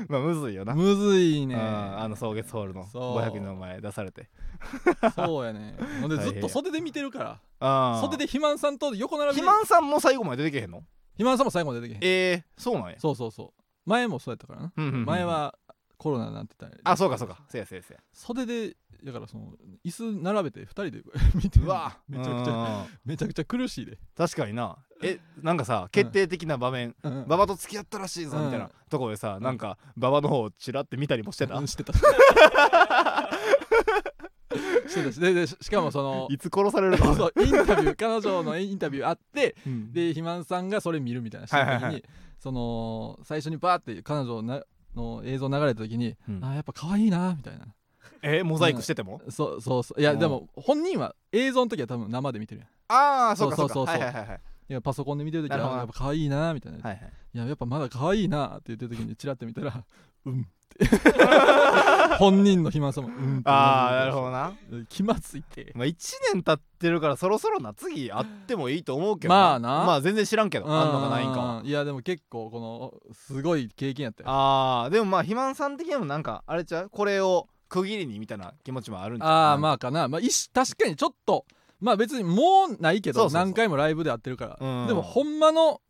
[SPEAKER 1] まあむずいよ
[SPEAKER 2] た
[SPEAKER 1] な、
[SPEAKER 2] むずいね
[SPEAKER 1] ああの草月ホールの
[SPEAKER 2] そう
[SPEAKER 1] 500人の前出されて
[SPEAKER 2] そうやねほんで
[SPEAKER 1] 大
[SPEAKER 2] ず
[SPEAKER 1] 変
[SPEAKER 2] っと袖で見てるから
[SPEAKER 1] あ
[SPEAKER 2] 袖で肥満さんと横並び
[SPEAKER 1] 肥
[SPEAKER 2] で
[SPEAKER 1] 満さんも最後まで出てけへんの
[SPEAKER 2] 肥満さんも最後まで出てけへん
[SPEAKER 1] えー、そうなんや
[SPEAKER 2] そうそうそう前もそうやったからな
[SPEAKER 1] うんうんうん
[SPEAKER 2] 前はコロナになってたり
[SPEAKER 1] あそうかそうかせやせやせや
[SPEAKER 2] 袖でだからその椅子並べて2人で 見てる
[SPEAKER 1] うわ
[SPEAKER 2] めちゃくちゃ
[SPEAKER 1] ゃ
[SPEAKER 2] めちゃくちゃ苦しいで
[SPEAKER 1] 確かになえなんかさ決定的な場面、
[SPEAKER 2] うん
[SPEAKER 1] 馬場と付き合ったらしいぞ
[SPEAKER 2] うん
[SPEAKER 1] みたいなとこでさなんか馬場の方をチラって見たりもしてた
[SPEAKER 2] うんしてた してたしででししかもその
[SPEAKER 1] いつ殺されるか
[SPEAKER 2] そうインタビュー彼女のインタビューあって
[SPEAKER 1] うん
[SPEAKER 2] で肥満さんがそれ見るみたいなした時に、
[SPEAKER 1] はいはいはい
[SPEAKER 2] その最初にバーって彼女なの映像流れた時に、
[SPEAKER 1] うん
[SPEAKER 2] あーやっぱ可愛いなみたいな
[SPEAKER 1] えモザイクしてても
[SPEAKER 2] そうそうそういや
[SPEAKER 1] うん
[SPEAKER 2] でも本人は映像の時は多分生で見てるやん
[SPEAKER 1] ああそうか
[SPEAKER 2] そ
[SPEAKER 1] そうう
[SPEAKER 2] そう
[SPEAKER 1] か
[SPEAKER 2] そう
[SPEAKER 1] はいはいはいはい
[SPEAKER 2] いやパソコンで見てる時
[SPEAKER 1] なるほ
[SPEAKER 2] は
[SPEAKER 1] ど
[SPEAKER 2] やっぱ可愛いなみたいな、、
[SPEAKER 1] はいいはい
[SPEAKER 2] ややっぱまだ可愛いなって言ってる時にチラッて見 たらうんって本人の肥満さんもうんって
[SPEAKER 1] ああなるほどな
[SPEAKER 2] 気まずいて
[SPEAKER 1] まあ1年経ってるからそろそろな次あってもいいと思うけど
[SPEAKER 2] まあな
[SPEAKER 1] まあ全然知らんけどあんのかないんかは
[SPEAKER 2] うんいやでも結構このすごい経験やったよ
[SPEAKER 1] あーでもまあ肥満さん的にもなんかあれちゃうこれを区切りにみたいな気持ちもあるんちゃう
[SPEAKER 2] ああまあかな、まあ、いし確かにちょっとまあ別にもうないけど
[SPEAKER 1] そうそうそう
[SPEAKER 2] 何回もライブで会ってるから、
[SPEAKER 1] うん
[SPEAKER 2] でもほんまの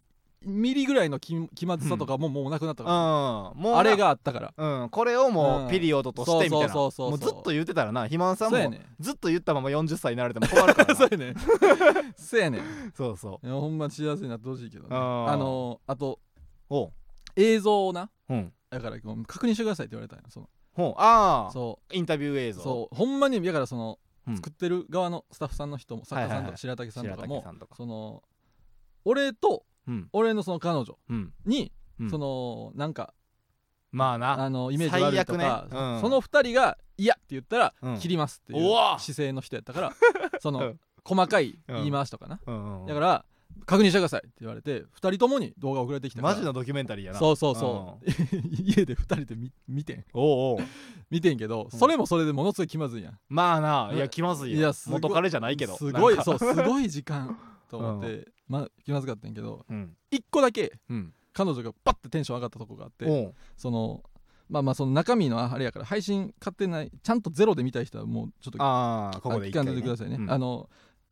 [SPEAKER 2] ミリぐらいの気気まずさとかももうなくなったから、
[SPEAKER 1] あうんもうな
[SPEAKER 2] あれがあったから
[SPEAKER 1] うんこれを
[SPEAKER 2] う
[SPEAKER 1] も
[SPEAKER 2] ん
[SPEAKER 1] うピリオドとしてみたいな
[SPEAKER 2] そ
[SPEAKER 1] も
[SPEAKER 2] う
[SPEAKER 1] う
[SPEAKER 2] そうそうそう
[SPEAKER 1] ずっと言ってたらな肥満さん
[SPEAKER 2] そうや
[SPEAKER 1] も
[SPEAKER 2] ね
[SPEAKER 1] ずっと言ったまま40歳になられても困る からな
[SPEAKER 2] そうやねそうやね
[SPEAKER 1] そうそう
[SPEAKER 2] いやほんま幸せになってほしいけどね
[SPEAKER 1] あ
[SPEAKER 2] あ
[SPEAKER 1] ー
[SPEAKER 2] のーあと
[SPEAKER 1] おう
[SPEAKER 2] 映像をな
[SPEAKER 1] うん
[SPEAKER 2] だからこう確認してくださいって言われたんよその
[SPEAKER 1] ほうああ
[SPEAKER 2] そ
[SPEAKER 1] インタビュー映
[SPEAKER 2] う
[SPEAKER 1] 像
[SPEAKER 2] そうほんまにだからその、
[SPEAKER 1] うん
[SPEAKER 2] 作ってる側のスタッフさんの人も作家さ
[SPEAKER 1] はいは
[SPEAKER 2] ん
[SPEAKER 1] い
[SPEAKER 2] と
[SPEAKER 1] はい
[SPEAKER 2] 白竹さんとかも、
[SPEAKER 1] さんとか
[SPEAKER 2] その俺と
[SPEAKER 1] うん
[SPEAKER 2] 俺のその彼女
[SPEAKER 1] うん
[SPEAKER 2] に、
[SPEAKER 1] うん
[SPEAKER 2] そのなんか
[SPEAKER 1] まあな
[SPEAKER 2] あのイメージ悪いとか、
[SPEAKER 1] 最悪ねうん
[SPEAKER 2] その二人が「嫌」って言ったら、
[SPEAKER 1] うん
[SPEAKER 2] 切りますっていう
[SPEAKER 1] うわ
[SPEAKER 2] 姿勢の人やっ たからそうの
[SPEAKER 1] ん
[SPEAKER 2] 細かい言い回しとかな、
[SPEAKER 1] うんうん
[SPEAKER 2] だから「確認してください」って言われて二人ともに動画送られてきたから
[SPEAKER 1] マジのドキュメンタリーやな
[SPEAKER 2] そうそうそう、 家で二人で見見てん
[SPEAKER 1] うんおうおう
[SPEAKER 2] 見てんけど、
[SPEAKER 1] うん
[SPEAKER 2] それもそれでものすごい気まずいやん
[SPEAKER 1] まあな
[SPEAKER 2] うん
[SPEAKER 1] いや気まずいよ
[SPEAKER 2] いやすごい
[SPEAKER 1] 元彼じゃないけど
[SPEAKER 2] すごい
[SPEAKER 1] なんか
[SPEAKER 2] そうすごい 時間と思って、まあ気まずかったんやけど
[SPEAKER 1] うん
[SPEAKER 2] 一個だけ
[SPEAKER 1] うん
[SPEAKER 2] 彼女がパッてテンション上がったとこがあって
[SPEAKER 1] おう
[SPEAKER 2] そのまあまあその中身のあれやから配信買ってないちゃんとゼロで見たい人はもうちょっと
[SPEAKER 1] ああここで
[SPEAKER 2] あ
[SPEAKER 1] 一
[SPEAKER 2] 期間
[SPEAKER 1] 回ね
[SPEAKER 2] 出てくださいね、
[SPEAKER 1] うん
[SPEAKER 2] あの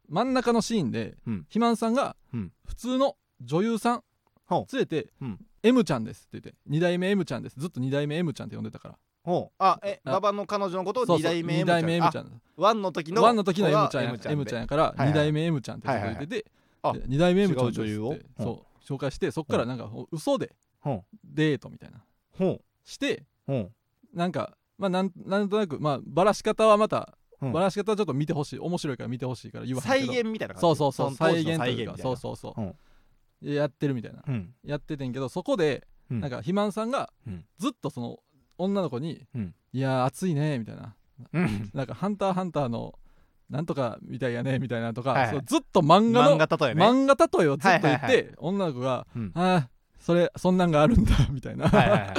[SPEAKER 2] 真ん中のシーンで、
[SPEAKER 1] うん
[SPEAKER 2] 肥満さんが
[SPEAKER 1] うん
[SPEAKER 2] 普通の女優さん連
[SPEAKER 1] ほ
[SPEAKER 2] れて、
[SPEAKER 1] うん
[SPEAKER 2] M ちゃんですって言って2代目 M ちゃんですずっと2代目 M ちゃんって呼んでたから
[SPEAKER 1] おうあえ
[SPEAKER 2] あ
[SPEAKER 1] 馬場の彼女のことを
[SPEAKER 2] そう
[SPEAKER 1] 二代目
[SPEAKER 2] そう
[SPEAKER 1] M ちゃ
[SPEAKER 2] 二代
[SPEAKER 1] ん
[SPEAKER 2] 目 M ちゃん
[SPEAKER 1] ワンの時の
[SPEAKER 2] ワンの時の M ちゃんや
[SPEAKER 1] M ちゃん
[SPEAKER 2] M ちゃん
[SPEAKER 1] ん
[SPEAKER 2] やから
[SPEAKER 1] いはい
[SPEAKER 2] 2代目 M ちゃんってずっと言ってて
[SPEAKER 1] はいはい
[SPEAKER 2] で2代目 M ちゃんですっ
[SPEAKER 1] 違う女優を
[SPEAKER 2] てそう紹介してそっからなんかほ嘘で
[SPEAKER 1] ほう
[SPEAKER 2] デートみたいな
[SPEAKER 1] ほう
[SPEAKER 2] して
[SPEAKER 1] ほう
[SPEAKER 2] なんかまあなんなんとなくまあばらし方はまた
[SPEAKER 1] うん
[SPEAKER 2] ばらし方はちょっと見てほしい面白いから見てほしいから言わへ
[SPEAKER 1] 再
[SPEAKER 2] んけ
[SPEAKER 1] 現
[SPEAKER 2] ど
[SPEAKER 1] みたいな感じ
[SPEAKER 2] そうそうそ
[SPEAKER 1] の
[SPEAKER 2] う
[SPEAKER 1] 当
[SPEAKER 2] 再
[SPEAKER 1] 時
[SPEAKER 2] 現と
[SPEAKER 1] の
[SPEAKER 2] いう
[SPEAKER 1] 再現みたい
[SPEAKER 2] か
[SPEAKER 1] な
[SPEAKER 2] そうそうそう
[SPEAKER 1] うん
[SPEAKER 2] やってるみたいな
[SPEAKER 1] うん
[SPEAKER 2] やっててんけどそこで
[SPEAKER 1] うん
[SPEAKER 2] なんか肥満さんが
[SPEAKER 1] うん
[SPEAKER 2] ずっとその女の子に
[SPEAKER 1] うん
[SPEAKER 2] 「いやー暑いね」みたい な
[SPEAKER 1] うん
[SPEAKER 2] なんか「ハンターハンター」のなんとかみたいやねみたいなとか、
[SPEAKER 1] はいはい
[SPEAKER 2] そうずっと漫画の
[SPEAKER 1] 漫画例えね
[SPEAKER 2] 漫画例えをずっと言って、
[SPEAKER 1] はいはい
[SPEAKER 2] 女の子が
[SPEAKER 1] うん
[SPEAKER 2] 「ああそれそんなんがあるんだ」 みたいな、
[SPEAKER 1] はいはいはい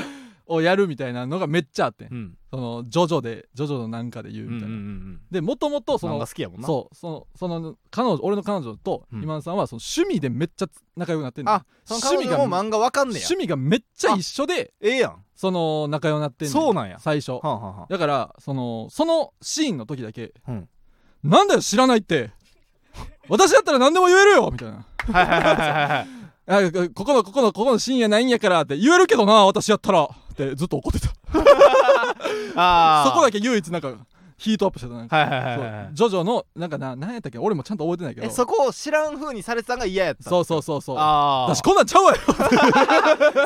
[SPEAKER 2] をやるみたいなのがめっちゃあってん、
[SPEAKER 1] うん
[SPEAKER 2] そのジョジョでジョジョのなんかで言う
[SPEAKER 1] う
[SPEAKER 2] み
[SPEAKER 1] んうん
[SPEAKER 2] た
[SPEAKER 1] う
[SPEAKER 2] いな、
[SPEAKER 1] ん
[SPEAKER 2] でもともとそ
[SPEAKER 1] 漫
[SPEAKER 2] の
[SPEAKER 1] 画好きやもんな
[SPEAKER 2] そうそのその彼女俺の彼女と
[SPEAKER 1] うん
[SPEAKER 2] 今田さんはその趣味でめっちゃ仲良くなってんの、
[SPEAKER 1] あその彼
[SPEAKER 2] 趣味が
[SPEAKER 1] 女も漫画わかんねや
[SPEAKER 2] 趣味がめっちゃ一緒で
[SPEAKER 1] ええやんは
[SPEAKER 2] その仲良くなってんの
[SPEAKER 1] そうなんや
[SPEAKER 2] 最初
[SPEAKER 1] あはあはあ
[SPEAKER 2] だからそのそのシーンの時だけ
[SPEAKER 1] うん
[SPEAKER 2] 「なんだよ知らないって私だったら何でも言えるよ」みたいな
[SPEAKER 1] はいはいはいはいはい
[SPEAKER 2] 「あここのここのここのシーンやないんやから」って言えるけどな私やったらってずっと怒ってた
[SPEAKER 1] あー
[SPEAKER 2] そこだけ唯一なんかヒートアップしてたなんか、
[SPEAKER 1] はいはいはいは
[SPEAKER 2] そう
[SPEAKER 1] い
[SPEAKER 2] ジョジョのなんかな何やったっけ俺もちゃんと覚えてないけ
[SPEAKER 1] え
[SPEAKER 2] ど
[SPEAKER 1] そこを知らん風にされてたんが嫌やった
[SPEAKER 2] そうそうそうそう
[SPEAKER 1] ああ
[SPEAKER 2] 私こんなんちゃうわよ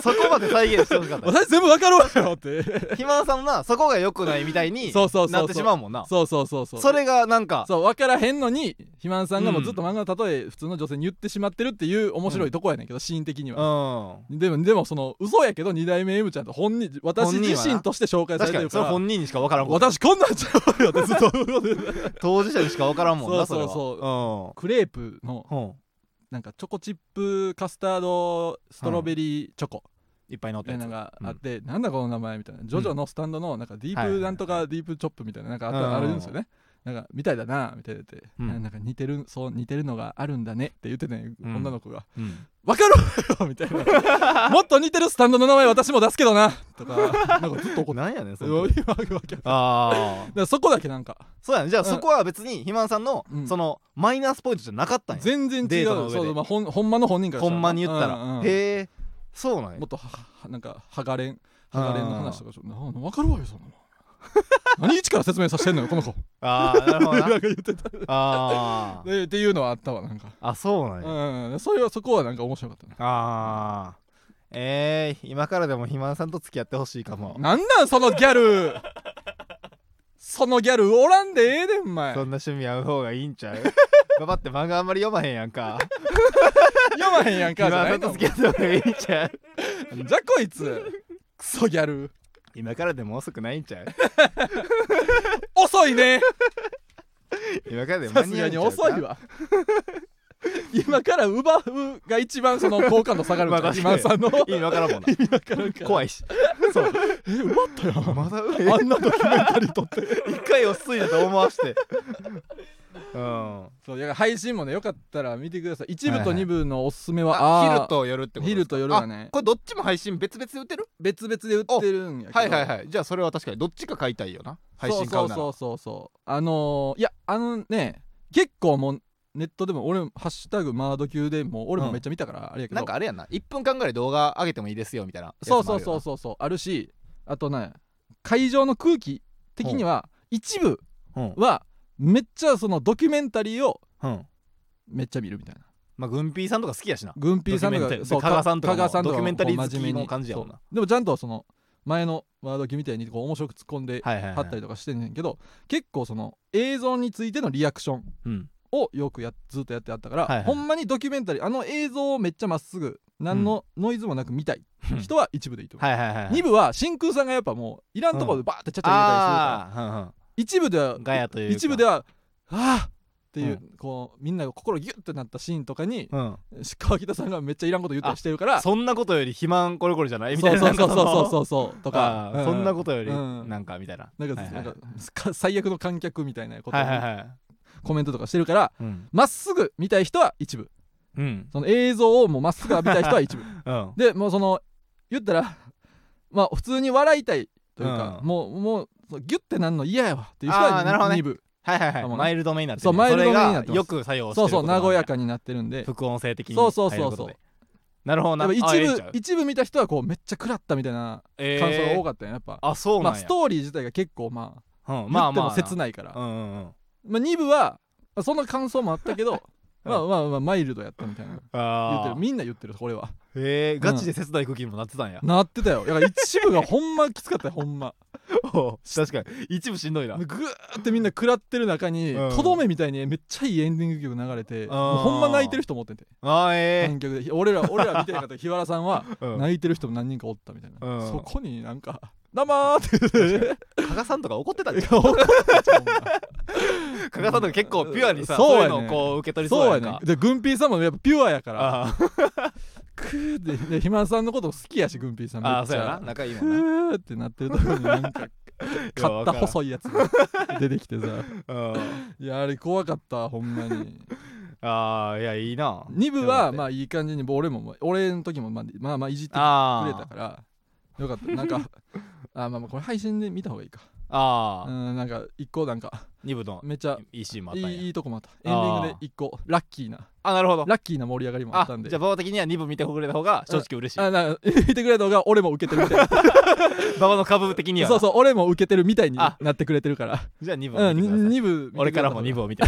[SPEAKER 1] そこまで再現してほしか った
[SPEAKER 2] 私全部わかるわよって
[SPEAKER 1] 肥満さんのなそこが良くないみたいに
[SPEAKER 2] そうそうそうそう
[SPEAKER 1] なってしまうもんな
[SPEAKER 2] そうそうそうそう
[SPEAKER 1] それがなんか
[SPEAKER 2] そう分からへんのに肥満さんがもうずっと漫画の例え普通の女性に言ってしまってるっていう面白いとこやねんけど、シーン的に
[SPEAKER 1] う
[SPEAKER 2] は、
[SPEAKER 1] ん
[SPEAKER 2] でもでもその嘘やけど二代目 M ちゃんと本人私自身として紹介さ
[SPEAKER 1] 確
[SPEAKER 2] れて
[SPEAKER 1] かに
[SPEAKER 2] るか
[SPEAKER 1] それ
[SPEAKER 2] ら
[SPEAKER 1] 本人にしか分からんもんな
[SPEAKER 2] 私こんなんちゃうよってずっと
[SPEAKER 1] 当事者にしか分からんもんな
[SPEAKER 2] そ
[SPEAKER 1] そうれ
[SPEAKER 2] そ
[SPEAKER 1] は
[SPEAKER 2] うそう
[SPEAKER 1] そ
[SPEAKER 2] クレープの
[SPEAKER 1] うんうん
[SPEAKER 2] なんかチョコチップカスタードストロベリーチョコ
[SPEAKER 1] いっぱい乗っ
[SPEAKER 2] み
[SPEAKER 1] た
[SPEAKER 2] た
[SPEAKER 1] や
[SPEAKER 2] い
[SPEAKER 1] つ
[SPEAKER 2] なのがあって、なんだこの名前みたいなジョジョのスタンドのなんかディープなんとかディープチョップみたいななんかあった、
[SPEAKER 1] うん
[SPEAKER 2] あるんですよねなんかみたいだなみたいなって、
[SPEAKER 1] うん
[SPEAKER 2] なんか似てるそう似てるのがあるんだねって言ってたね、
[SPEAKER 1] うん
[SPEAKER 2] 女の子が
[SPEAKER 1] うん
[SPEAKER 2] 「わかるわよ!」みたい な「もっと似てるスタンドの名前私も出すけどな」とかなんかずっと怒
[SPEAKER 1] うん
[SPEAKER 2] って
[SPEAKER 1] なんやねんそ
[SPEAKER 2] た
[SPEAKER 1] の
[SPEAKER 2] わ
[SPEAKER 1] 時
[SPEAKER 2] けわけわけだか
[SPEAKER 1] ああ
[SPEAKER 2] らそこだけなんか
[SPEAKER 1] そうやねじゃあ
[SPEAKER 2] うん
[SPEAKER 1] そこは別に肥満さんの
[SPEAKER 2] うん
[SPEAKER 1] そのマイナスポイントじゃなかったんや
[SPEAKER 2] 全然違う
[SPEAKER 1] デートの上で
[SPEAKER 2] そうそう、まあ、ほんほんまの本人から
[SPEAKER 1] ほんまに言った
[SPEAKER 2] うんうん
[SPEAKER 1] ら
[SPEAKER 2] うん
[SPEAKER 1] へえそうなんや
[SPEAKER 2] もっとははなんかハガレンハガレンの話とかちょっとな分かるわよそんなの 何一から説明させてんのよこの子
[SPEAKER 1] ああなるほどな
[SPEAKER 2] なんか言ってた
[SPEAKER 1] あー
[SPEAKER 2] でっていうのはあったわなんか、
[SPEAKER 1] あそうなんや
[SPEAKER 2] うん、それはそこはなんか面白かったね
[SPEAKER 1] ああえー、今からでも肥満さんと付き合ってほしいかも
[SPEAKER 2] なんなんそのギャルそのギャルおらんでええでんお前
[SPEAKER 1] そん
[SPEAKER 2] 読
[SPEAKER 1] な趣味合う方がいいんちゃうババって漫画あんまり読まへんやんか
[SPEAKER 2] まへんやんか
[SPEAKER 1] 肥
[SPEAKER 2] じ
[SPEAKER 1] 満
[SPEAKER 2] ゃな
[SPEAKER 1] さ
[SPEAKER 2] い
[SPEAKER 1] んと
[SPEAKER 2] の
[SPEAKER 1] 付き合った方がいいんちゃう
[SPEAKER 2] なんじゃこいつクソギャル
[SPEAKER 1] 今からでも遅くないんちゃう
[SPEAKER 2] 遅いね
[SPEAKER 1] 今からでも
[SPEAKER 2] さ
[SPEAKER 1] 間
[SPEAKER 2] す
[SPEAKER 1] に合う
[SPEAKER 2] が
[SPEAKER 1] んち
[SPEAKER 2] に
[SPEAKER 1] ゃうか
[SPEAKER 2] 遅いわ今から奪うが一番その好感度下がるん
[SPEAKER 1] ま
[SPEAKER 2] か
[SPEAKER 1] あ確
[SPEAKER 2] 自
[SPEAKER 1] か
[SPEAKER 2] 慢
[SPEAKER 1] に
[SPEAKER 2] さんの
[SPEAKER 1] 意味わからんもん
[SPEAKER 2] 今からんか
[SPEAKER 1] な
[SPEAKER 2] ら
[SPEAKER 1] 怖いし
[SPEAKER 2] そうえ奪ったやん
[SPEAKER 1] まだ上
[SPEAKER 2] あんなドキュメンタリー撮って
[SPEAKER 1] 一回落ち着いたと思わ してうん
[SPEAKER 2] そうだから配信もねよかったら見てください一部
[SPEAKER 1] はい
[SPEAKER 2] と
[SPEAKER 1] はい
[SPEAKER 2] 二部のおすすめは、あー
[SPEAKER 1] あ昼と夜ってことですか
[SPEAKER 2] 昼と夜はね
[SPEAKER 1] あこれどっちも配信別々で売ってる
[SPEAKER 2] 別々で売ってるんやけど
[SPEAKER 1] はいはいはいじゃあそれは確かにどっちか買いたいよな配信買
[SPEAKER 2] そうう
[SPEAKER 1] なら
[SPEAKER 2] そうそうそうあのー、いやあのね結構もうネットでも俺も「ハッシュタグマード級」でもう俺もめっちゃ見たからあれやけど、
[SPEAKER 1] なんかあれやんな1分間ぐらい動画上げてもいいですよみたいな
[SPEAKER 2] そうそうそううそうそうあるしあとね会場の空気的には一部
[SPEAKER 1] うん
[SPEAKER 2] はめっちゃそのドキュメンタリーを
[SPEAKER 1] うん
[SPEAKER 2] めっちゃ見るみたいな
[SPEAKER 1] まあグンピーさんとか好きやしな
[SPEAKER 2] 軍ピーさんと
[SPEAKER 1] ドキュメンタリ
[SPEAKER 2] か
[SPEAKER 1] ー加賀さんとかもドキュメンタリー好きの
[SPEAKER 2] 真面目に
[SPEAKER 1] 感じやもんな
[SPEAKER 2] そうでもちゃんとその前のワードキみたいにこう面白く突っ込んで
[SPEAKER 1] はいはい
[SPEAKER 2] 貼ったりとかしてんねんけど、結構その映像についてのリアクション
[SPEAKER 1] うん
[SPEAKER 2] をよくやずっとやってあったから、
[SPEAKER 1] はいはい
[SPEAKER 2] ほんまにドキュメンタリーあの映像をめっちゃまっすぐ何のノイズもなく見たい人は一部でいいと思う、
[SPEAKER 1] はいはいはい
[SPEAKER 2] 二部は真空さんがやっぱもういらんところでバーってちゃちゃ入れたりするから、
[SPEAKER 1] ああ、うんうん、
[SPEAKER 2] 一部では
[SPEAKER 1] ガヤというか
[SPEAKER 2] 一部では「ああ!」っていう、
[SPEAKER 1] う
[SPEAKER 2] こうみんなが心ギュッてなったシーンとかに、
[SPEAKER 1] うん、
[SPEAKER 2] 川北さんがめっちゃいらんこと言ったりしてるから
[SPEAKER 1] そんなことより肥満これこれじゃないみたいな
[SPEAKER 2] そうそうそ
[SPEAKER 1] な
[SPEAKER 2] う
[SPEAKER 1] んか
[SPEAKER 2] そう
[SPEAKER 1] の
[SPEAKER 2] そうそうとか
[SPEAKER 1] あ、ーそんな
[SPEAKER 2] こ
[SPEAKER 1] ことより
[SPEAKER 2] うん
[SPEAKER 1] なんかみたいな、
[SPEAKER 2] なんか,、
[SPEAKER 1] はいはい
[SPEAKER 2] なんかか最悪の観客みたいなことを
[SPEAKER 1] はいはいはい
[SPEAKER 2] コメントとかしてるから
[SPEAKER 1] うん
[SPEAKER 2] まっすぐ見たい人は一部
[SPEAKER 1] うん
[SPEAKER 2] その映像をもうまっすぐ浴びたい人は 一部
[SPEAKER 1] うん
[SPEAKER 2] でもうその言ったらまあ普通に笑いたいというか、
[SPEAKER 1] うん
[SPEAKER 2] もうもうそうギュッてなんの嫌やわっていう人は
[SPEAKER 1] あーなるほどね
[SPEAKER 2] 二部
[SPEAKER 1] はいはいは
[SPEAKER 2] か
[SPEAKER 1] い
[SPEAKER 2] もね
[SPEAKER 1] マイルドめになって
[SPEAKER 2] そうマイルドめになって
[SPEAKER 1] それが
[SPEAKER 2] ます
[SPEAKER 1] よく作用して
[SPEAKER 2] そ
[SPEAKER 1] る
[SPEAKER 2] うそう和や
[SPEAKER 1] に
[SPEAKER 2] かになってるんで
[SPEAKER 1] 副音声的に
[SPEAKER 2] そうそうそうそう
[SPEAKER 1] 入ることでなるほど
[SPEAKER 2] やっ
[SPEAKER 1] な
[SPEAKER 2] ぱ一
[SPEAKER 1] あええんち
[SPEAKER 2] 部
[SPEAKER 1] ゃう
[SPEAKER 2] 一部見た人はこうめっちゃ食らったみたいな
[SPEAKER 1] え
[SPEAKER 2] 感想が多
[SPEAKER 1] かっ
[SPEAKER 2] かったよ、やっぱ
[SPEAKER 1] たあそう
[SPEAKER 2] ま
[SPEAKER 1] なん
[SPEAKER 2] あ
[SPEAKER 1] や
[SPEAKER 2] ストーリー自体が結構ま
[SPEAKER 1] うんまあ
[SPEAKER 2] あ言
[SPEAKER 1] ま
[SPEAKER 2] っ
[SPEAKER 1] あ
[SPEAKER 2] ても切
[SPEAKER 1] な
[SPEAKER 2] ないから、
[SPEAKER 1] うんうんうん
[SPEAKER 2] まあ、2部はまあそんな感想もあっ たけど、まあまあまあマイルドやったみたいな言って
[SPEAKER 1] あ
[SPEAKER 2] る
[SPEAKER 1] ー
[SPEAKER 2] みんな言ってるこれは
[SPEAKER 1] えーガチで切ない空気にもなってたんや
[SPEAKER 2] なってたよだから一部がほんまきつかったよほんま
[SPEAKER 1] おう確かに一部しんどいな
[SPEAKER 2] ぐーってみんな食らってる中に
[SPEAKER 1] うん
[SPEAKER 2] とど、めみたいにめっちゃいいエンディング曲流れて
[SPEAKER 1] あー
[SPEAKER 2] もうほんま泣いてる人もおってんて
[SPEAKER 1] あーえ
[SPEAKER 2] 観客で俺ら俺ら見てなかった日原さんは
[SPEAKER 1] え うん
[SPEAKER 2] 泣いてる人も何人かおったみたいな、
[SPEAKER 1] うん
[SPEAKER 2] そこになんか「生!」って
[SPEAKER 1] 加賀さんとか怒ってたんじゃん加
[SPEAKER 2] 加賀
[SPEAKER 1] 賀
[SPEAKER 2] さ
[SPEAKER 1] さ
[SPEAKER 2] ん
[SPEAKER 1] ん
[SPEAKER 2] と
[SPEAKER 1] とか
[SPEAKER 2] か結
[SPEAKER 1] 結
[SPEAKER 2] 構
[SPEAKER 1] 構
[SPEAKER 2] ピ
[SPEAKER 1] ピ
[SPEAKER 2] ュ
[SPEAKER 1] ュ
[SPEAKER 2] ア
[SPEAKER 1] ア
[SPEAKER 2] に
[SPEAKER 1] に
[SPEAKER 2] さ
[SPEAKER 1] さ
[SPEAKER 2] そう
[SPEAKER 1] そう
[SPEAKER 2] や
[SPEAKER 1] い
[SPEAKER 2] ね
[SPEAKER 1] うのをこう受け取りそう
[SPEAKER 2] そう
[SPEAKER 1] や
[SPEAKER 2] や
[SPEAKER 1] ん
[SPEAKER 2] ね
[SPEAKER 1] か
[SPEAKER 2] でグンピーさんもやっぱピュアやから
[SPEAKER 1] あ
[SPEAKER 2] クーってで肥満さんのこと好きやしグンピーさん
[SPEAKER 1] ー
[SPEAKER 2] め
[SPEAKER 1] あー
[SPEAKER 2] っちゃ
[SPEAKER 1] そうやな仲いいも
[SPEAKER 2] ク
[SPEAKER 1] んな
[SPEAKER 2] ーってなってるとこ になんか買った細いやつが出てきてさ
[SPEAKER 1] うん
[SPEAKER 2] いやあれ怖かったほんまに
[SPEAKER 1] あーいやいいな
[SPEAKER 2] 2部
[SPEAKER 1] ちょっと待っ
[SPEAKER 2] は
[SPEAKER 1] て
[SPEAKER 2] まあいい感じに俺もまあ俺の時もまあまあまあいじってく
[SPEAKER 1] あ
[SPEAKER 2] れ
[SPEAKER 1] ー
[SPEAKER 2] たからよかったな んかあーまあまあこれ配信で見た方がいいか
[SPEAKER 1] あ
[SPEAKER 2] う
[SPEAKER 1] あ
[SPEAKER 2] んなんか一個なんか
[SPEAKER 1] 2部の
[SPEAKER 2] めっちゃ
[SPEAKER 1] いいシーンもあっ
[SPEAKER 2] い
[SPEAKER 1] たん
[SPEAKER 2] い
[SPEAKER 1] や
[SPEAKER 2] いいとこもあったエンディングで一個ラッキーな
[SPEAKER 1] あなるほど
[SPEAKER 2] ラッキーな盛り上がりもあっ
[SPEAKER 1] あ
[SPEAKER 2] たんで
[SPEAKER 1] じゃあ馬場的には2部見てくれた方が正直嬉しい
[SPEAKER 2] あなんか 見てくれた方が俺も受けてるみたい
[SPEAKER 1] 馬場の株的に
[SPEAKER 2] な
[SPEAKER 1] は
[SPEAKER 2] そうそう俺も受けてるみたいにな
[SPEAKER 1] あ
[SPEAKER 2] ってくれてるから
[SPEAKER 1] じゃあ2部
[SPEAKER 2] う
[SPEAKER 1] を
[SPEAKER 2] ん
[SPEAKER 1] 見てください
[SPEAKER 2] 2部見てくれた方が
[SPEAKER 1] 俺からも2部を見て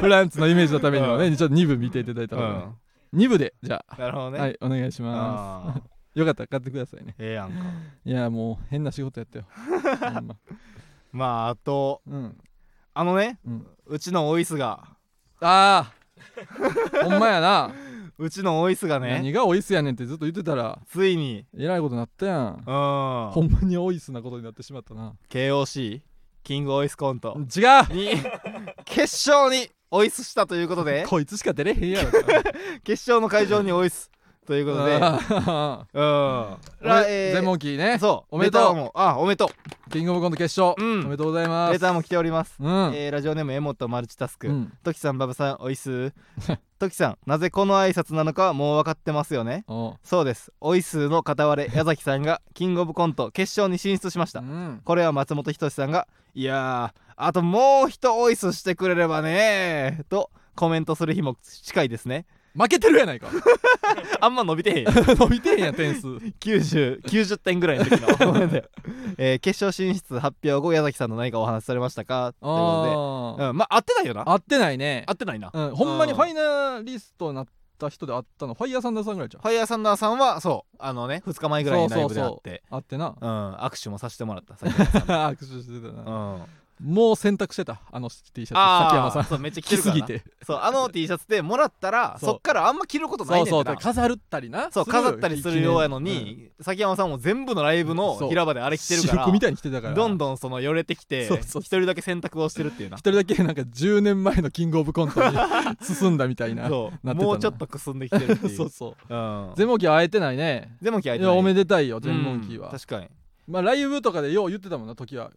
[SPEAKER 2] フランツのイメージのためにもね、ちょっと2部見ていただいた
[SPEAKER 1] う
[SPEAKER 2] ので、
[SPEAKER 1] ん
[SPEAKER 2] 2部でじゃあ、
[SPEAKER 1] なるほどね
[SPEAKER 2] はいお願いしま
[SPEAKER 1] あー
[SPEAKER 2] すよかったら買ってくださいね
[SPEAKER 1] ええやんか
[SPEAKER 2] いやもう変な仕事やったよほんま
[SPEAKER 1] まああと
[SPEAKER 2] うん
[SPEAKER 1] あのね
[SPEAKER 2] うん
[SPEAKER 1] うちのオイスが
[SPEAKER 2] ああほんまやな、
[SPEAKER 1] うちのオイスがね
[SPEAKER 2] 何がオイスやねんってずっと言ってたら
[SPEAKER 1] ついに
[SPEAKER 2] えらいことなったやん
[SPEAKER 1] う
[SPEAKER 2] ほ
[SPEAKER 1] ん
[SPEAKER 2] んまにオイスなことになってしまったな
[SPEAKER 1] KOC キングオイスコント
[SPEAKER 2] 違う
[SPEAKER 1] に決勝にオイスしたということで
[SPEAKER 2] こいつしか出れへんやろ
[SPEAKER 1] 決勝の会場にオイスということで うん
[SPEAKER 2] あー
[SPEAKER 1] らえ
[SPEAKER 2] えー
[SPEAKER 1] ー
[SPEAKER 2] ゼモンキーね
[SPEAKER 1] そう
[SPEAKER 2] おめでとう
[SPEAKER 1] レターもあおめでと
[SPEAKER 2] キングオブコント決勝、
[SPEAKER 1] うん
[SPEAKER 2] おめでとうございま
[SPEAKER 1] う
[SPEAKER 2] す
[SPEAKER 1] レターも来ております
[SPEAKER 2] うん、
[SPEAKER 1] えーラジオネームエモとマルチタスク、
[SPEAKER 2] うん
[SPEAKER 1] トキさんバブさんおい すトキさんなぜこの挨拶なのかはもう分かってますよね
[SPEAKER 2] おう
[SPEAKER 1] そうですおいすの片割れ矢崎さんがキングオブコント決勝に進出しました
[SPEAKER 2] うん
[SPEAKER 1] これは松本人志さんが「いやーあともう一オイスしてくれればねー」とコメントする日も近いですね
[SPEAKER 2] 負けてる やないか
[SPEAKER 1] あんま伸びてへんよ
[SPEAKER 2] 伸びてへんや 点数
[SPEAKER 1] 90, 90点ぐらいの時の コメントよえー決勝進出発表後矢崎さんの何かお話しされましたかということ
[SPEAKER 2] あー
[SPEAKER 1] で、うん、まあ合ってないよな
[SPEAKER 2] 合ってないね
[SPEAKER 1] 合ってないな
[SPEAKER 2] うん、ほんまに
[SPEAKER 1] うん
[SPEAKER 2] ファイナリストになった人で会ったのファイヤーサンダーさんぐらいじゃん
[SPEAKER 1] ファイヤーサンダーさんはそうあのね2日前ぐらいにライブであって
[SPEAKER 2] 会っ てな
[SPEAKER 1] うん、握手もさせてもらった 先山さんに
[SPEAKER 2] 握手してた
[SPEAKER 1] う、
[SPEAKER 2] なんもう洗濯してたあの T シャツ
[SPEAKER 1] あー
[SPEAKER 2] 崎山さん
[SPEAKER 1] そうめっちゃ着
[SPEAKER 2] 着
[SPEAKER 1] るか
[SPEAKER 2] す
[SPEAKER 1] ら
[SPEAKER 2] ぎ
[SPEAKER 1] な
[SPEAKER 2] て
[SPEAKER 1] そうあの T シャツでもらったら
[SPEAKER 2] そう
[SPEAKER 1] そっからあんま着ることないね
[SPEAKER 2] そうん
[SPEAKER 1] て
[SPEAKER 2] そう
[SPEAKER 1] な
[SPEAKER 2] 飾るったりな
[SPEAKER 1] そう飾ったりするようやのに、崎山さんも全部のライブの
[SPEAKER 2] そう
[SPEAKER 1] 平場であ
[SPEAKER 2] あ
[SPEAKER 1] れ着てるから
[SPEAKER 2] 私服みたいに着てたから
[SPEAKER 1] どん
[SPEAKER 2] どん
[SPEAKER 1] どんそのよれてきて
[SPEAKER 2] そうそう
[SPEAKER 1] 一人だけ洗濯をしてるっていうな
[SPEAKER 2] 一人だけなんか10年前のキングオブコント に進んだみたいな
[SPEAKER 1] そ
[SPEAKER 2] な
[SPEAKER 1] う
[SPEAKER 2] ってたな
[SPEAKER 1] もうちょっとくすんできてるっていう
[SPEAKER 2] そうそう
[SPEAKER 1] うん、
[SPEAKER 2] 全問記会えてないね
[SPEAKER 1] でも気合い
[SPEAKER 2] い
[SPEAKER 1] て
[SPEAKER 2] や
[SPEAKER 1] ない
[SPEAKER 2] おめ
[SPEAKER 1] で
[SPEAKER 2] でたいよ全問記は、
[SPEAKER 1] 確かに
[SPEAKER 2] まあライブとかでよう言ってたもんな時は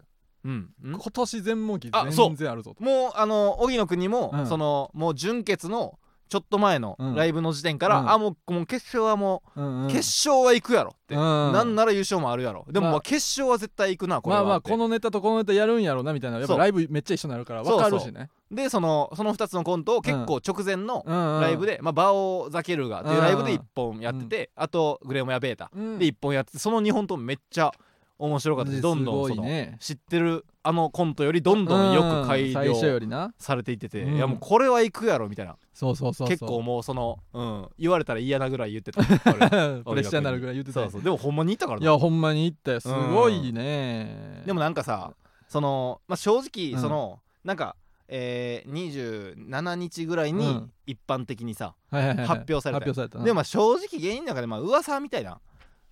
[SPEAKER 1] うんん
[SPEAKER 2] 今年全問記
[SPEAKER 1] あそう
[SPEAKER 2] 全然あるぞと
[SPEAKER 1] もうあの荻野君にも、
[SPEAKER 2] うん
[SPEAKER 1] そのもう準決のちょっと前の
[SPEAKER 2] うん
[SPEAKER 1] ライブの時点から、
[SPEAKER 2] うん
[SPEAKER 1] あもうもう決勝はもう
[SPEAKER 2] うんうん
[SPEAKER 1] 決勝は行くやろって、
[SPEAKER 2] うん
[SPEAKER 1] なんなら優勝もあるやろでも
[SPEAKER 2] まあ
[SPEAKER 1] まあ決勝は絶対行くなこれ
[SPEAKER 2] ま
[SPEAKER 1] は
[SPEAKER 2] あまあこ
[SPEAKER 1] の
[SPEAKER 2] のネタとこのネタやるんやろなみたいなやっ
[SPEAKER 1] そ
[SPEAKER 2] ぱ
[SPEAKER 1] う
[SPEAKER 2] ライブめっちゃ一緒になるから分かるしね
[SPEAKER 1] でそのその2つのコントを結構直前のラ
[SPEAKER 2] ラ
[SPEAKER 1] イブ
[SPEAKER 2] で
[SPEAKER 1] で、まあ、バオザケルガっていうライブで1本やってて、あとグレーモやベータで1本やっててその2本ともめっちゃ面白かったし、どんどんその、
[SPEAKER 2] ね
[SPEAKER 1] 知ってるあのコントよりどんどんよ
[SPEAKER 2] う
[SPEAKER 1] く改
[SPEAKER 2] 最初よ
[SPEAKER 1] 良
[SPEAKER 2] りな
[SPEAKER 1] されていってて、
[SPEAKER 2] うん
[SPEAKER 1] いやもうこれは行くやろみたいな
[SPEAKER 2] そうそうそうそう
[SPEAKER 1] 結構もうその、うん、言われたら嫌なぐらい言ってた
[SPEAKER 2] プ
[SPEAKER 1] 俺
[SPEAKER 2] レッシャーになるぐらい言ってた
[SPEAKER 1] そう
[SPEAKER 2] よ
[SPEAKER 1] そうでもほんまに行ったから
[SPEAKER 2] い
[SPEAKER 1] な
[SPEAKER 2] やほんまに言ったよすごいね
[SPEAKER 1] でもなんかさその、まあ、正直
[SPEAKER 2] うん
[SPEAKER 1] その、なんか、ええー、27日ぐらいうに
[SPEAKER 2] ん
[SPEAKER 1] 一般的にさ、
[SPEAKER 2] はいはいはいはい
[SPEAKER 1] 発表された
[SPEAKER 2] 発表されたな
[SPEAKER 1] でもまあ正直芸人の中でまあ噂みたいな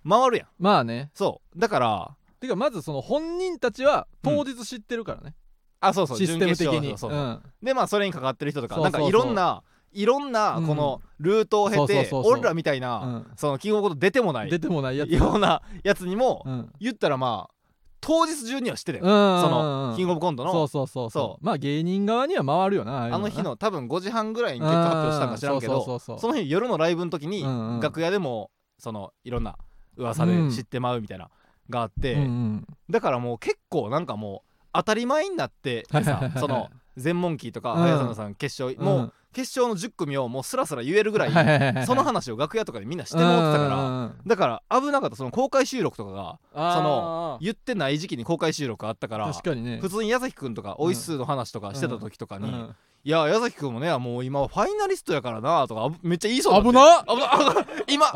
[SPEAKER 1] 回るやん
[SPEAKER 2] まあね
[SPEAKER 1] そうだから
[SPEAKER 2] てかまずその本人たちは当日知ってるからね、
[SPEAKER 1] あそうそう
[SPEAKER 2] システム的
[SPEAKER 1] 準
[SPEAKER 2] に
[SPEAKER 1] 決勝そう
[SPEAKER 2] う
[SPEAKER 1] そうんでまあそれに関わってる人とか
[SPEAKER 2] そう
[SPEAKER 1] な
[SPEAKER 2] そ
[SPEAKER 1] ん
[SPEAKER 2] う
[SPEAKER 1] か
[SPEAKER 2] そう
[SPEAKER 1] いろんないろんなこのルートを経
[SPEAKER 2] そうそう
[SPEAKER 1] て
[SPEAKER 2] そうそう
[SPEAKER 1] 俺らみたいな
[SPEAKER 2] う
[SPEAKER 1] そのキングオブコント出てもなんい
[SPEAKER 2] 出てもないやつ
[SPEAKER 1] ようなやつにも
[SPEAKER 2] うん
[SPEAKER 1] 言ったらまあ当日中には知ってた
[SPEAKER 2] そ
[SPEAKER 1] よそのキング
[SPEAKER 2] グ
[SPEAKER 1] オブコント
[SPEAKER 2] そ
[SPEAKER 1] の
[SPEAKER 2] うそうそう
[SPEAKER 1] そ
[SPEAKER 2] そうまあ芸人側には回るよなああいう
[SPEAKER 1] あの日
[SPEAKER 2] な
[SPEAKER 1] の多分5時半ぐらいに結果発表したんか知らんけ
[SPEAKER 2] うそう
[SPEAKER 1] ど
[SPEAKER 2] そう
[SPEAKER 1] そ
[SPEAKER 2] そう
[SPEAKER 1] の日夜のライブの時に
[SPEAKER 2] うんうん
[SPEAKER 1] 楽屋でもそのいろんな噂で知ってまうみたいながあって
[SPEAKER 2] うんうん
[SPEAKER 1] だからもう結構なんかもう当たり前になって
[SPEAKER 2] はいはいはい
[SPEAKER 1] さ
[SPEAKER 2] はい
[SPEAKER 1] その全問キーとか
[SPEAKER 2] うん
[SPEAKER 1] 早坂さん決勝
[SPEAKER 2] うん
[SPEAKER 1] もう決勝の10組をもうスラスラ言えるぐら
[SPEAKER 2] はい
[SPEAKER 1] い
[SPEAKER 2] はいはいはい
[SPEAKER 1] その話を楽屋とかでみんなしてもらってたからだから危なかったその公開収録とかが
[SPEAKER 2] ら
[SPEAKER 1] その言ってない時期に公開収録あったから
[SPEAKER 2] 確かにね
[SPEAKER 1] 普通に矢崎くんとか
[SPEAKER 2] うん
[SPEAKER 1] おいし数の話とかしてた時とかに、
[SPEAKER 2] うん
[SPEAKER 1] いや矢崎くんもねもう今はファイナリストやからなとかあぶめっちゃ言いそう
[SPEAKER 2] 危なっ
[SPEAKER 1] 危な危な今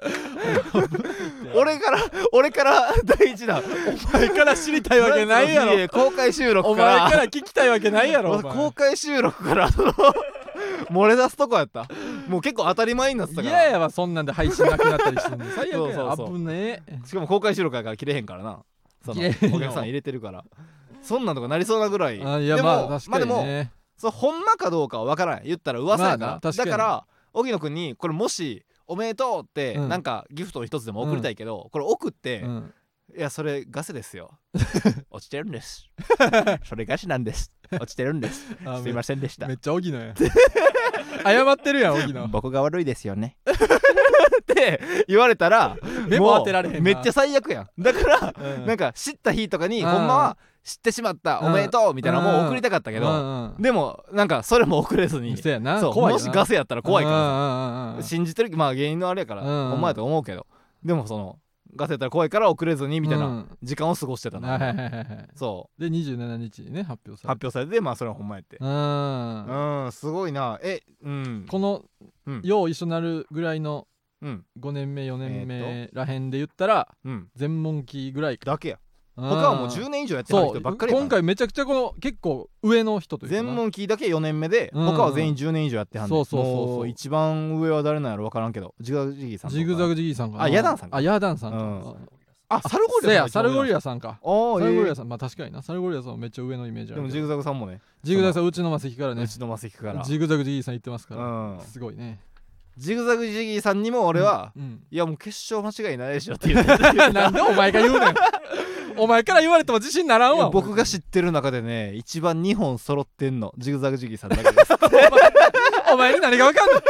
[SPEAKER 1] 俺から俺から 第一弾
[SPEAKER 2] お前から知りたいわけないやろ
[SPEAKER 1] や公開収録
[SPEAKER 2] お
[SPEAKER 1] から
[SPEAKER 2] 前から聞きたいわけないやろお前
[SPEAKER 1] 公開収録から その漏れ出すとこやったもう結構当たり前になってたか
[SPEAKER 2] い
[SPEAKER 1] ら
[SPEAKER 2] ややわそんなんで配信なくなったりしてんの最悪
[SPEAKER 1] そうそ
[SPEAKER 2] や
[SPEAKER 1] うそう
[SPEAKER 2] 危ねえ
[SPEAKER 1] しかも公開収録やから切れへんからなその
[SPEAKER 2] 切れ
[SPEAKER 1] お
[SPEAKER 2] へんよ
[SPEAKER 1] 客さん入れてるからそんなんとかなりそうなぐらい
[SPEAKER 2] あいや
[SPEAKER 1] でも
[SPEAKER 2] まあ確かに
[SPEAKER 1] まあでも
[SPEAKER 2] ね
[SPEAKER 1] そうほんまかどうかは分からん言ったら噂やから、
[SPEAKER 2] まあな確
[SPEAKER 1] だ
[SPEAKER 2] かに
[SPEAKER 1] から荻野君にこれもしおめでとうって、
[SPEAKER 2] うん
[SPEAKER 1] なんかギフトを一つでも送りたいけど、これ送って、
[SPEAKER 2] うん
[SPEAKER 1] いやそれガセです よ落ちてるんですそれガセなんです落ちてるんです
[SPEAKER 2] あ
[SPEAKER 1] すいませんでした
[SPEAKER 2] めっちゃ荻 野や謝ってるやん荻野
[SPEAKER 1] 僕が悪いですよねって言われたら
[SPEAKER 2] 目も当てられへんな
[SPEAKER 1] もうめっちゃ最悪やんだから、
[SPEAKER 2] うん
[SPEAKER 1] なんか知った日とかに、
[SPEAKER 2] うん
[SPEAKER 1] ほんまは知ってしまった、
[SPEAKER 2] うん
[SPEAKER 1] おめでとうみたいなのもう送りたかったけど、
[SPEAKER 2] うんうん
[SPEAKER 1] でもなんかそれも送れずに
[SPEAKER 2] そやな
[SPEAKER 1] そう
[SPEAKER 2] 怖い
[SPEAKER 1] もしガセやったら怖いからさ
[SPEAKER 2] ら
[SPEAKER 1] 信じてるまあ芸人のあれやから
[SPEAKER 2] うん
[SPEAKER 1] ほんまやと思うけどでもそのガセやったら怖いから遅れずにみたいな時間を過ごしてた
[SPEAKER 2] はいはい
[SPEAKER 1] な
[SPEAKER 2] はいはい
[SPEAKER 1] そ
[SPEAKER 2] で27日にね発表
[SPEAKER 1] う
[SPEAKER 2] され
[SPEAKER 1] 発
[SPEAKER 2] て
[SPEAKER 1] 表されてまあそれはほんまやって
[SPEAKER 2] うん
[SPEAKER 1] うんすごいなえうん
[SPEAKER 2] この
[SPEAKER 1] うん
[SPEAKER 2] よう一緒なるぐらいの
[SPEAKER 1] うん
[SPEAKER 2] 5年目4年
[SPEAKER 1] え
[SPEAKER 2] 目らへんで言ったら
[SPEAKER 1] うん
[SPEAKER 2] 全問期ぐらいか
[SPEAKER 1] だけや
[SPEAKER 2] 他
[SPEAKER 1] 他はもう10年以上やってない
[SPEAKER 2] そう
[SPEAKER 1] 人ばっかりや
[SPEAKER 2] 今
[SPEAKER 1] から
[SPEAKER 2] 回めちゃくちゃこの結構上の人というかな
[SPEAKER 1] 全問聞いだけ4年目で
[SPEAKER 2] うん
[SPEAKER 1] 他は全員10年以上やってはんねん
[SPEAKER 2] そうそうそうそう
[SPEAKER 1] も一番上は誰なんやろ分からんけどジグザグジギーさんとか
[SPEAKER 2] ジグザグジギーさんかな
[SPEAKER 1] あヤダンさんか
[SPEAKER 2] あヤダンさんか
[SPEAKER 1] うん
[SPEAKER 2] あ
[SPEAKER 1] あサルゴリラ
[SPEAKER 2] せ
[SPEAKER 1] さん
[SPEAKER 2] やサルゴリラさんか
[SPEAKER 1] あー
[SPEAKER 2] サルゴリ
[SPEAKER 1] え
[SPEAKER 2] ラさんまあ確かになサルゴリラさんはめっちゃ上のイメージ
[SPEAKER 1] ーで
[SPEAKER 2] ある
[SPEAKER 1] も
[SPEAKER 2] け
[SPEAKER 1] ジ
[SPEAKER 2] ど
[SPEAKER 1] グザグさんもね
[SPEAKER 2] ジグザグさんうちのマセキからね
[SPEAKER 1] うちのマセキから
[SPEAKER 2] ジグザグジギーさん言ってます
[SPEAKER 1] う
[SPEAKER 2] か
[SPEAKER 1] ん
[SPEAKER 2] らすごいね
[SPEAKER 1] ジグザグジギーさんにも俺は
[SPEAKER 2] うん
[SPEAKER 1] いやもう決勝間違いないでしょって 言ってた
[SPEAKER 2] なんでお前が言うねんお前から言われても自信ならん
[SPEAKER 1] いや
[SPEAKER 2] わ
[SPEAKER 1] 僕が知ってる中でね一番2本揃ってんのジグザグジギーさんだけです
[SPEAKER 2] お前に何がわか んない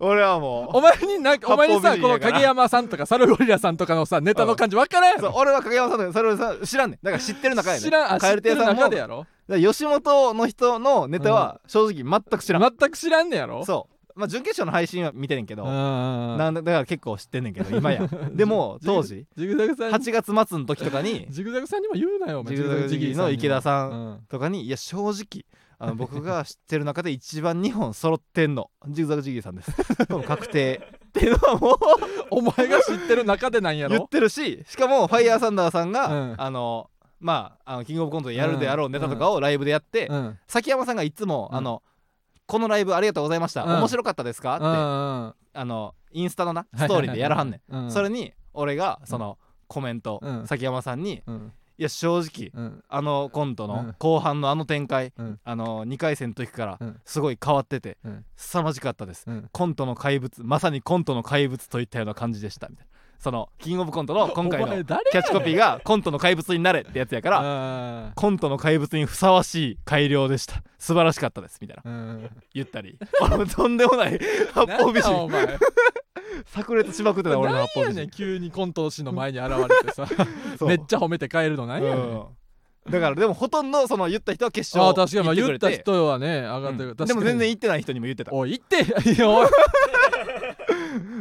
[SPEAKER 1] 俺はも
[SPEAKER 2] お前になんかお前に
[SPEAKER 1] 八方
[SPEAKER 2] さ
[SPEAKER 1] 美人
[SPEAKER 2] こ
[SPEAKER 1] や
[SPEAKER 2] の
[SPEAKER 1] から
[SPEAKER 2] 影山さんとかサルゴリラさんとかのさネタの感じわからんや
[SPEAKER 1] うそう
[SPEAKER 2] ろ
[SPEAKER 1] 俺は影山さんとかそれさ知らんねんだから知ってる中やね
[SPEAKER 2] 知らんあ知
[SPEAKER 1] カエ
[SPEAKER 2] っ
[SPEAKER 1] ル
[SPEAKER 2] て
[SPEAKER 1] 亭
[SPEAKER 2] る
[SPEAKER 1] さんも
[SPEAKER 2] 中でやろ
[SPEAKER 1] だから吉本の人のネタは正直全く知らん、
[SPEAKER 2] 全く知らんねやろ
[SPEAKER 1] そうまあ準決勝の配信は見てんねんけど、
[SPEAKER 2] な
[SPEAKER 1] なんだだから結構知ってんねんけど今やでも当時
[SPEAKER 2] ジグザグさん
[SPEAKER 1] 8月末の時とかに
[SPEAKER 2] ジグザグさんにも言うなよお前
[SPEAKER 1] ジグザグジギーの池田さん
[SPEAKER 2] うん
[SPEAKER 1] とかにいや正直あの 僕が知ってる中で一番2本揃ってんのジグザグジギーさんです 多分確定っていうのはも
[SPEAKER 2] お前が知ってる中でなんや
[SPEAKER 1] う言っ
[SPEAKER 2] ろ
[SPEAKER 1] てるししかもファイヤーサンダーさんが、
[SPEAKER 2] うん
[SPEAKER 1] あのまああのキングオブコントでやるであろうネタとかをライブでやって、
[SPEAKER 2] うんうん
[SPEAKER 1] 崎山さんがいつも、
[SPEAKER 2] うん
[SPEAKER 1] あのこのライブありがとうございました、
[SPEAKER 2] うん
[SPEAKER 1] 面白かったですかって、
[SPEAKER 2] うん
[SPEAKER 1] あのインスタのなストーリーでやらはんねん、
[SPEAKER 2] う
[SPEAKER 1] それに俺がその、コメント、
[SPEAKER 2] うん
[SPEAKER 1] 崎山さんに
[SPEAKER 2] うん
[SPEAKER 1] いや正直
[SPEAKER 2] うん
[SPEAKER 1] あのコント
[SPEAKER 2] う
[SPEAKER 1] の
[SPEAKER 2] ん
[SPEAKER 1] 後半のあの展開、
[SPEAKER 2] うん
[SPEAKER 1] あの2回戦の時から
[SPEAKER 2] うん
[SPEAKER 1] すごい変わってて、
[SPEAKER 2] うん
[SPEAKER 1] 凄まじかったです
[SPEAKER 2] うん
[SPEAKER 1] コントの怪物まさにコントの怪物といったような感じでしたみたいなそのキングオブコント の今回
[SPEAKER 2] お前
[SPEAKER 1] の
[SPEAKER 2] 誰
[SPEAKER 1] キャッチコピーがコントの怪物になれってやつやから
[SPEAKER 2] ら
[SPEAKER 1] コントの怪物にふさわしい改良でした素晴らしかったですみたいな言った り俺もとんでもない八
[SPEAKER 2] 何
[SPEAKER 1] 方美
[SPEAKER 2] や
[SPEAKER 1] 人
[SPEAKER 2] お前
[SPEAKER 1] 炸裂しまくってた俺の八方
[SPEAKER 2] 何
[SPEAKER 1] 美
[SPEAKER 2] やねん
[SPEAKER 1] 人
[SPEAKER 2] 急にコント師の前に現れてさ
[SPEAKER 1] そう
[SPEAKER 2] めっちゃ褒めて帰るのなんやねん
[SPEAKER 1] うんだからでもほとんどその言った人は決
[SPEAKER 2] あ
[SPEAKER 1] 勝
[SPEAKER 2] ー確かにまあ
[SPEAKER 1] 行
[SPEAKER 2] 言
[SPEAKER 1] っ
[SPEAKER 2] って
[SPEAKER 1] く
[SPEAKER 2] た
[SPEAKER 1] れて
[SPEAKER 2] 人はね上が
[SPEAKER 1] う
[SPEAKER 2] ってる
[SPEAKER 1] ん
[SPEAKER 2] 確かに
[SPEAKER 1] でも全然言ってない人にも言ってた
[SPEAKER 2] おい言っていやおい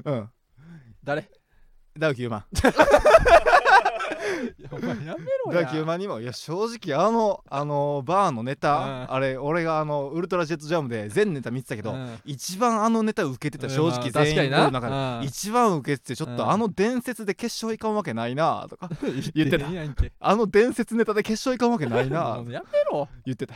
[SPEAKER 1] うん
[SPEAKER 2] 誰
[SPEAKER 1] ダウ9万
[SPEAKER 2] いやお前やめろや
[SPEAKER 1] だけどにもいや正直あのあのバーのネタ、
[SPEAKER 2] うん
[SPEAKER 1] あれ俺があのウルトラジェットジャムで全ネタ見てたけど、
[SPEAKER 2] うん
[SPEAKER 1] 一番あのネタ受けてた正
[SPEAKER 2] ま
[SPEAKER 1] 直
[SPEAKER 2] あ確か
[SPEAKER 1] 全
[SPEAKER 2] に
[SPEAKER 1] 員
[SPEAKER 2] な
[SPEAKER 1] の中
[SPEAKER 2] うん
[SPEAKER 1] で一番受けててちょっ
[SPEAKER 2] う
[SPEAKER 1] と
[SPEAKER 2] ん
[SPEAKER 1] あの伝説で決勝いかんわけないなとか
[SPEAKER 2] 言
[SPEAKER 1] 言
[SPEAKER 2] っ
[SPEAKER 1] ってて
[SPEAKER 2] た
[SPEAKER 1] た
[SPEAKER 2] やんけ
[SPEAKER 1] あの伝説ネタで決勝いかんわけない な
[SPEAKER 2] もう
[SPEAKER 1] と
[SPEAKER 2] やめ ろ
[SPEAKER 1] 言ってた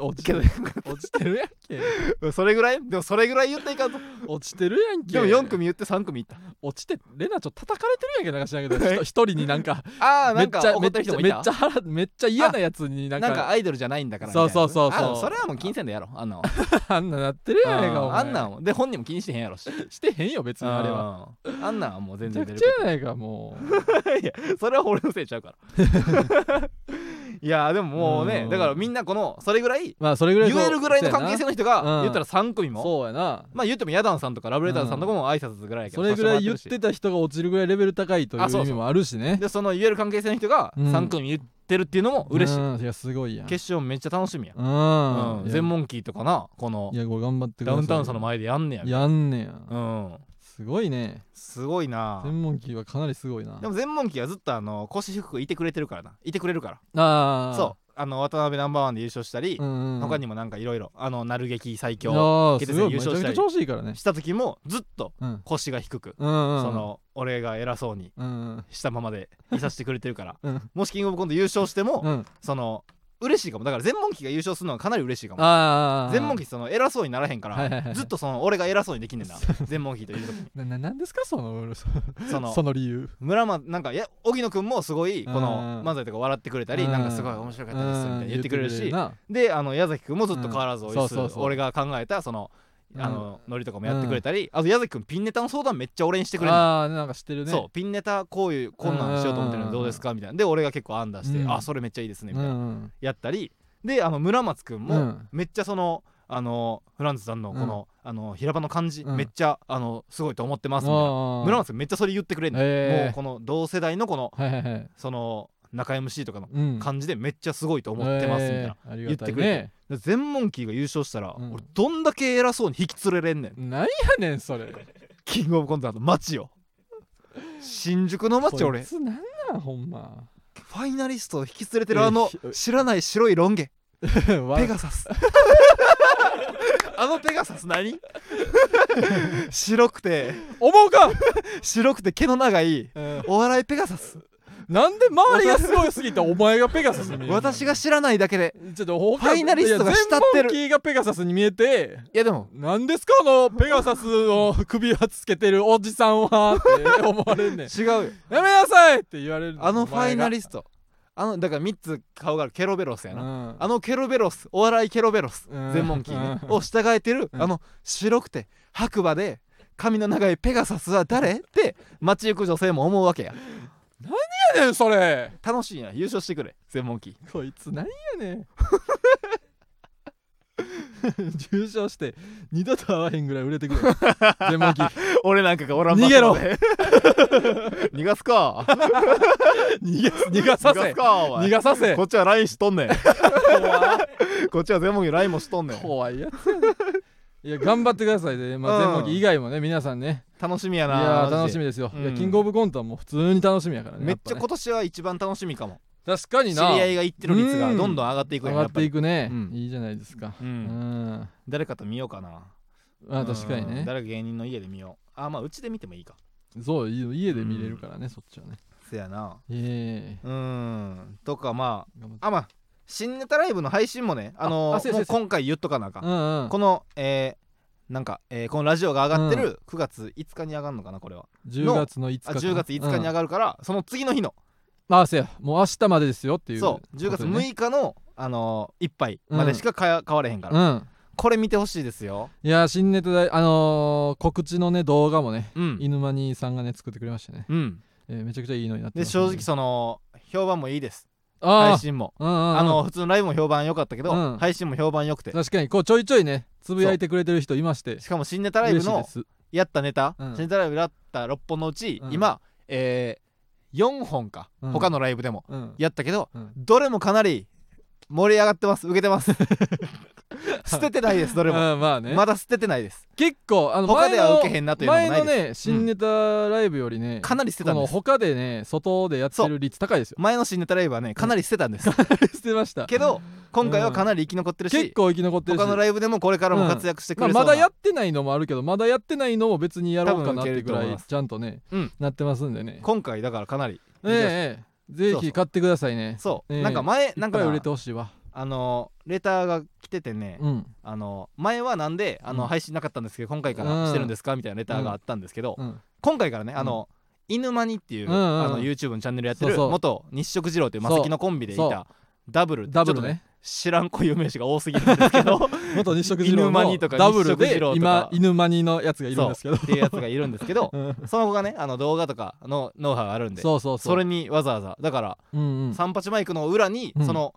[SPEAKER 2] 落ち
[SPEAKER 1] け
[SPEAKER 2] て
[SPEAKER 1] ど
[SPEAKER 2] る落ちてるやん け
[SPEAKER 1] それぐらいでもそれぐらい言っていかんと
[SPEAKER 2] 落ちてるやんけ
[SPEAKER 1] でも4組言って3組いった
[SPEAKER 2] 落ちてレナちょっと叩かれてるやんけなんか知らん けどひと一人になんか
[SPEAKER 1] ああ
[SPEAKER 2] め
[SPEAKER 1] な
[SPEAKER 2] っ
[SPEAKER 1] んか
[SPEAKER 2] ちゃ
[SPEAKER 1] 怒
[SPEAKER 2] め
[SPEAKER 1] っ
[SPEAKER 2] って
[SPEAKER 1] る
[SPEAKER 2] ち
[SPEAKER 1] 人
[SPEAKER 2] ゃ
[SPEAKER 1] も
[SPEAKER 2] め
[SPEAKER 1] い
[SPEAKER 2] っ
[SPEAKER 1] た
[SPEAKER 2] ちゃ腹めっちゃ嫌なやつになん
[SPEAKER 1] なんか
[SPEAKER 2] か
[SPEAKER 1] アイドルじゃないんだからみたいな
[SPEAKER 2] そうそうそうそう
[SPEAKER 1] あそれはもう金銭でやろあ んなもん
[SPEAKER 2] あんななってるやないかお前
[SPEAKER 1] あんなんはで本人も気にしてへんやろし
[SPEAKER 2] してへんよ別にあれは
[SPEAKER 1] うんあんなんはもう全
[SPEAKER 2] め
[SPEAKER 1] 然
[SPEAKER 2] ちゃ
[SPEAKER 1] 出
[SPEAKER 2] く
[SPEAKER 1] る
[SPEAKER 2] ちゃやないかもう
[SPEAKER 1] いやそれは俺のせいちゃうから いやでももうね
[SPEAKER 2] うん
[SPEAKER 1] だからみんなこのそれぐらい
[SPEAKER 2] まあそれぐらい
[SPEAKER 1] 言えるぐらいの関係性の人
[SPEAKER 2] うん
[SPEAKER 1] が言ったら3組も
[SPEAKER 2] そうやな
[SPEAKER 1] まあ言ってもヤダンさんとかラブレターズさんとかも挨拶ぐらいやけ
[SPEAKER 2] そ
[SPEAKER 1] ど
[SPEAKER 2] れぐらい言っ
[SPEAKER 1] させも
[SPEAKER 2] てた人が落ちるぐらいレベル高いという
[SPEAKER 1] あそう
[SPEAKER 2] 意
[SPEAKER 1] そう
[SPEAKER 2] 味もあるしね
[SPEAKER 1] らってるしでその言える関係性の人が
[SPEAKER 2] うん
[SPEAKER 1] 3組言ってるっていうのも嬉しい
[SPEAKER 2] うんいやすごいやん
[SPEAKER 1] 決勝めっちゃ楽しみや
[SPEAKER 2] うん
[SPEAKER 1] うん
[SPEAKER 2] いや
[SPEAKER 1] 全問キーとかなこの
[SPEAKER 2] いやこれ頑張ってくだ
[SPEAKER 1] ダ
[SPEAKER 2] さい
[SPEAKER 1] ウンタウンさんの前でやんねやみたい
[SPEAKER 2] やんねや
[SPEAKER 1] なうん
[SPEAKER 2] すごいね
[SPEAKER 1] すごいな
[SPEAKER 2] 専門機はかなりすごいな
[SPEAKER 1] でも全問キーはずっとあの腰低くいてくれてるからないてくれるから
[SPEAKER 2] ああ
[SPEAKER 1] そうあの渡辺ナンバーワンで優勝したり、
[SPEAKER 2] うんうん、
[SPEAKER 1] 他にもなんかいろいろあの鳴る劇最
[SPEAKER 2] いや
[SPEAKER 1] 強
[SPEAKER 2] ー
[SPEAKER 1] 決
[SPEAKER 2] す
[SPEAKER 1] 定
[SPEAKER 2] ご
[SPEAKER 1] 戦
[SPEAKER 2] い
[SPEAKER 1] 優
[SPEAKER 2] めちゃ
[SPEAKER 1] 勝し
[SPEAKER 2] くち
[SPEAKER 1] た
[SPEAKER 2] ゃ
[SPEAKER 1] り
[SPEAKER 2] 調子いいからね
[SPEAKER 1] した時もずっと
[SPEAKER 2] うん
[SPEAKER 1] 腰が低く、
[SPEAKER 2] うんうんうん
[SPEAKER 1] その俺が偉そうに
[SPEAKER 2] うんうん
[SPEAKER 1] したままでいさせてくれてるから
[SPEAKER 2] うん
[SPEAKER 1] もしキングオブコント優勝しても、
[SPEAKER 2] うん
[SPEAKER 1] その嬉しいかもだから全問記が優勝するのはかなり嬉しいかも
[SPEAKER 2] ああ
[SPEAKER 1] 全問記その偉そうにならへんから、
[SPEAKER 2] はいはいはい
[SPEAKER 1] ずっとその俺が偉そうにできんねん な全問記という時に
[SPEAKER 2] なななんですかそのそ
[SPEAKER 1] そ
[SPEAKER 2] の
[SPEAKER 1] の
[SPEAKER 2] その理由
[SPEAKER 1] 村間なんかいや荻野君もすごいこの
[SPEAKER 2] うん
[SPEAKER 1] 漫才とか笑ってくれたり、
[SPEAKER 2] うん
[SPEAKER 1] なんかすごい面白かったですみたいな言ってくれるし、
[SPEAKER 2] うんな
[SPEAKER 1] であの矢崎君もずっと変わらず、
[SPEAKER 2] うん
[SPEAKER 1] おいっす
[SPEAKER 2] そうそうそう
[SPEAKER 1] 俺が考えたその
[SPEAKER 2] うん
[SPEAKER 1] あの、ノリとかもやってくれたり、あと矢崎君ピンネタの相談めっちゃ俺にしてくれる、
[SPEAKER 2] ああなんか知ってるね
[SPEAKER 1] そうピンネタこういうこんなんしようと思ってる
[SPEAKER 2] う
[SPEAKER 1] の
[SPEAKER 2] ん
[SPEAKER 1] どうですかみたいなで俺が結構案出して、
[SPEAKER 2] うん
[SPEAKER 1] あそれめっちゃいいですねみ
[SPEAKER 2] う
[SPEAKER 1] たいな、
[SPEAKER 2] ん
[SPEAKER 1] やったりであの村松君
[SPEAKER 2] うんう
[SPEAKER 1] も
[SPEAKER 2] ん
[SPEAKER 1] めっちゃそのあのフランツさんのこの,、あの平場の感じ、
[SPEAKER 2] うん
[SPEAKER 1] めっちゃあのすごいと思ってますみたいな
[SPEAKER 2] 村
[SPEAKER 1] 村松君めっちゃそれ言ってくれるの、も
[SPEAKER 2] え
[SPEAKER 1] うこの同世代のこの
[SPEAKER 2] はいはいはい
[SPEAKER 1] その中 MC とかの
[SPEAKER 2] うん
[SPEAKER 1] 感じでめっちゃすごいと思ってますみたいな。
[SPEAKER 2] えーあり
[SPEAKER 1] 言っ
[SPEAKER 2] がた
[SPEAKER 1] て
[SPEAKER 2] い
[SPEAKER 1] くれて、
[SPEAKER 2] ね
[SPEAKER 1] で全問キーが優勝したら、
[SPEAKER 2] うん
[SPEAKER 1] 俺どんだけ偉そうに引き連れれんねん
[SPEAKER 2] なんやねんそれ
[SPEAKER 1] キングオブコントの街よ新宿の街俺
[SPEAKER 2] こい
[SPEAKER 1] フ
[SPEAKER 2] つなんなんほんま
[SPEAKER 1] ァイナリストを引き連れてるあの
[SPEAKER 2] えひ
[SPEAKER 1] 知らない白いロン毛
[SPEAKER 2] わ
[SPEAKER 1] ペガサスあのペガサス何白くて
[SPEAKER 2] 思 うか、
[SPEAKER 1] 白くて毛の長いお笑いペガサス
[SPEAKER 2] なんで周りがすごいすぎてお前がペガサスに見えるの
[SPEAKER 1] 私が知らないだけで
[SPEAKER 2] ちょっと他
[SPEAKER 1] ファイナリストが慕ってる
[SPEAKER 2] いや全問キーがペガサスに見えて
[SPEAKER 1] いやでも
[SPEAKER 2] なんですかあのペガサスの首輪つけてるおじさんはって思われ んねん
[SPEAKER 1] 違うよ
[SPEAKER 2] やめなさいって言われる
[SPEAKER 1] あのファイナリ
[SPEAKER 2] ス
[SPEAKER 1] ストあのだから3つ顔があるケロベロスや
[SPEAKER 2] ト
[SPEAKER 1] な、
[SPEAKER 2] うん
[SPEAKER 1] あのケロベロスお笑いケロベロス
[SPEAKER 2] うん
[SPEAKER 1] 全問キーね
[SPEAKER 2] うん
[SPEAKER 1] を従えてる
[SPEAKER 2] うん
[SPEAKER 1] あの白くて白馬で髪の長いペガサスは誰って街行く女性も思うわけや
[SPEAKER 2] 何やねんそれ
[SPEAKER 1] 楽しいな優勝してくれ全問キー
[SPEAKER 2] こいつなんやね ん優勝して二度と会わへんぐらい売れてくる全問キ ー
[SPEAKER 1] 俺なんかがおらん場
[SPEAKER 2] 逃げろ
[SPEAKER 1] 所で 逃がす か
[SPEAKER 2] 逃げ逃がさ
[SPEAKER 1] 逃が
[SPEAKER 2] せ
[SPEAKER 1] すかお
[SPEAKER 2] 逃
[SPEAKER 1] 前
[SPEAKER 2] がさせ
[SPEAKER 1] こっちは LINE しとんねん
[SPEAKER 2] 怖い
[SPEAKER 1] こっちは全問キー LINE もしとんねん
[SPEAKER 2] 怖いやつやないや頑張ってくださ いで、まあ、
[SPEAKER 1] うん
[SPEAKER 2] 全問記以外もね皆さんね
[SPEAKER 1] 楽しみや
[SPEAKER 2] い
[SPEAKER 1] な
[SPEAKER 2] や
[SPEAKER 1] マ
[SPEAKER 2] ー楽
[SPEAKER 1] ジ
[SPEAKER 2] し
[SPEAKER 1] で
[SPEAKER 2] みですよ、いや
[SPEAKER 1] うん
[SPEAKER 2] キングオブコントはもう普通に楽しみやからね
[SPEAKER 1] めっちゃ
[SPEAKER 2] やぱ
[SPEAKER 1] 今年は一番楽しみかも
[SPEAKER 2] ね確か
[SPEAKER 1] 知
[SPEAKER 2] に
[SPEAKER 1] り
[SPEAKER 2] な
[SPEAKER 1] 合いが行ってる率が
[SPEAKER 2] うん
[SPEAKER 1] どんどん上がっていく
[SPEAKER 2] 上
[SPEAKER 1] やん
[SPEAKER 2] が
[SPEAKER 1] や
[SPEAKER 2] っ
[SPEAKER 1] っぱ
[SPEAKER 2] てい
[SPEAKER 1] り
[SPEAKER 2] くね、
[SPEAKER 1] うん
[SPEAKER 2] いいじゃないですか
[SPEAKER 1] う
[SPEAKER 2] うん、
[SPEAKER 1] ん誰かと見ようかな
[SPEAKER 2] まあ確かに
[SPEAKER 1] うん
[SPEAKER 2] ね
[SPEAKER 1] 誰か芸人の家で見ようあまあうちで見てもいいか
[SPEAKER 2] そうい家で見れるからね、そっちはね
[SPEAKER 1] せやな
[SPEAKER 2] ええ
[SPEAKER 1] うーんとかま
[SPEAKER 2] 頑張って
[SPEAKER 1] ああまあ新ネタライブの配信もねあの
[SPEAKER 2] あそうや
[SPEAKER 1] もう
[SPEAKER 2] そう
[SPEAKER 1] 今回言っとかなあかん、
[SPEAKER 2] うんうん
[SPEAKER 1] このえーなんか、えーこのラジオが上がって
[SPEAKER 2] う
[SPEAKER 1] る9月5日に上がるのかなこれは
[SPEAKER 2] 10月の5日
[SPEAKER 1] あ
[SPEAKER 2] か
[SPEAKER 1] 10月5日に上
[SPEAKER 2] うん
[SPEAKER 1] がるから、その次の日の
[SPEAKER 2] まあせやもう明日までですよっていう
[SPEAKER 1] そう10月6日の、あのー、1杯までしか買,、買われへんから、
[SPEAKER 2] うん
[SPEAKER 1] これ見てほしいですよ
[SPEAKER 2] いやー新ネタだいあのー告知のね動画もね
[SPEAKER 1] うん
[SPEAKER 2] 犬間兄さんがね作ってくれましたね、
[SPEAKER 1] うん
[SPEAKER 2] えーめちゃくちゃいいのになってま
[SPEAKER 1] です正直その評判もいいです
[SPEAKER 2] あ
[SPEAKER 1] 配
[SPEAKER 2] あ
[SPEAKER 1] 信も
[SPEAKER 2] うんうんうん
[SPEAKER 1] あの普通のライブも評判良かったけど、
[SPEAKER 2] うん
[SPEAKER 1] 配信も評判良くて
[SPEAKER 2] 確かにこうちょいちょいねつぶやいてくれてる人いまして
[SPEAKER 1] しかも新ネタライブ
[SPEAKER 2] 嬉しい
[SPEAKER 1] の
[SPEAKER 2] です
[SPEAKER 1] やったネタ、
[SPEAKER 2] うん
[SPEAKER 1] 新ネタライブやった6本のうち、
[SPEAKER 2] うん
[SPEAKER 1] 今、えー、4本か、
[SPEAKER 2] うん
[SPEAKER 1] 他のライブでも
[SPEAKER 2] うん
[SPEAKER 1] やったけど
[SPEAKER 2] うん
[SPEAKER 1] どれもかなり盛り上がってます受けてます捨ててないですどれも、
[SPEAKER 2] うんまあね、
[SPEAKER 1] まだ捨ててないです
[SPEAKER 2] 結構あの
[SPEAKER 1] 他では
[SPEAKER 2] 前の
[SPEAKER 1] 受けへんなというのもないです
[SPEAKER 2] 前のね新ネタライブよりね、
[SPEAKER 1] かなり捨て
[SPEAKER 2] こ
[SPEAKER 1] たん
[SPEAKER 2] の
[SPEAKER 1] です
[SPEAKER 2] 他でね外でやってる率高いですよ
[SPEAKER 1] 前の新ネタライブはねかなり捨てたんです
[SPEAKER 2] 捨てました
[SPEAKER 1] けど今回はかなり生き残ってるし、
[SPEAKER 2] 結構生き残ってるし
[SPEAKER 1] 他のライブでもこれからも活躍してく
[SPEAKER 2] まあ、
[SPEAKER 1] れそ
[SPEAKER 2] ま
[SPEAKER 1] うな、
[SPEAKER 2] だやってないのもあるけどまだやってないのも別にやろうかな
[SPEAKER 1] 多
[SPEAKER 2] っ
[SPEAKER 1] 分受け
[SPEAKER 2] て
[SPEAKER 1] る
[SPEAKER 2] ぐ
[SPEAKER 1] と思
[SPEAKER 2] ら
[SPEAKER 1] い
[SPEAKER 2] い
[SPEAKER 1] ます
[SPEAKER 2] ちゃんとね、
[SPEAKER 1] うん
[SPEAKER 2] なってますんでね
[SPEAKER 1] 今回だからかなり、
[SPEAKER 2] ええええぜ
[SPEAKER 1] そうそ
[SPEAKER 2] ひ
[SPEAKER 1] う
[SPEAKER 2] 買ってくださいね
[SPEAKER 1] そう、
[SPEAKER 2] ええ
[SPEAKER 1] なんか前なんか
[SPEAKER 2] い
[SPEAKER 1] な
[SPEAKER 2] っぱい売れてほしいわ
[SPEAKER 1] あのレターが来ててね、
[SPEAKER 2] うん
[SPEAKER 1] あの前はなんであの、
[SPEAKER 2] うん
[SPEAKER 1] 配信なかったんですけど今回からしてるんですか、みたいなレターがあったんですけど、
[SPEAKER 2] うん
[SPEAKER 1] 今回からねあの、犬間にっていう、
[SPEAKER 2] うんうんうん
[SPEAKER 1] あの YouTube のチャンネルやってる
[SPEAKER 2] そうそう
[SPEAKER 1] 元日食二郎っていうマセキのコンビでい
[SPEAKER 2] そう
[SPEAKER 1] たダブル
[SPEAKER 2] ダブル
[SPEAKER 1] ちょっと
[SPEAKER 2] ね
[SPEAKER 1] 知らん固有名詞が多すぎるんです けど
[SPEAKER 2] 元日食二郎
[SPEAKER 1] 犬マ
[SPEAKER 2] の
[SPEAKER 1] ニとか
[SPEAKER 2] ダブル
[SPEAKER 1] 日食
[SPEAKER 2] で
[SPEAKER 1] 二郎と
[SPEAKER 2] 今
[SPEAKER 1] か
[SPEAKER 2] 犬マニのやつがいるんですけど
[SPEAKER 1] っていうやつがいるんですけど
[SPEAKER 2] うん
[SPEAKER 1] その子がねあの動画とかのノウハウがあるんで
[SPEAKER 2] そうそうそう
[SPEAKER 1] それにわざわざだから、
[SPEAKER 2] うんうん
[SPEAKER 1] 三八マイクの裏に、
[SPEAKER 2] うん
[SPEAKER 1] その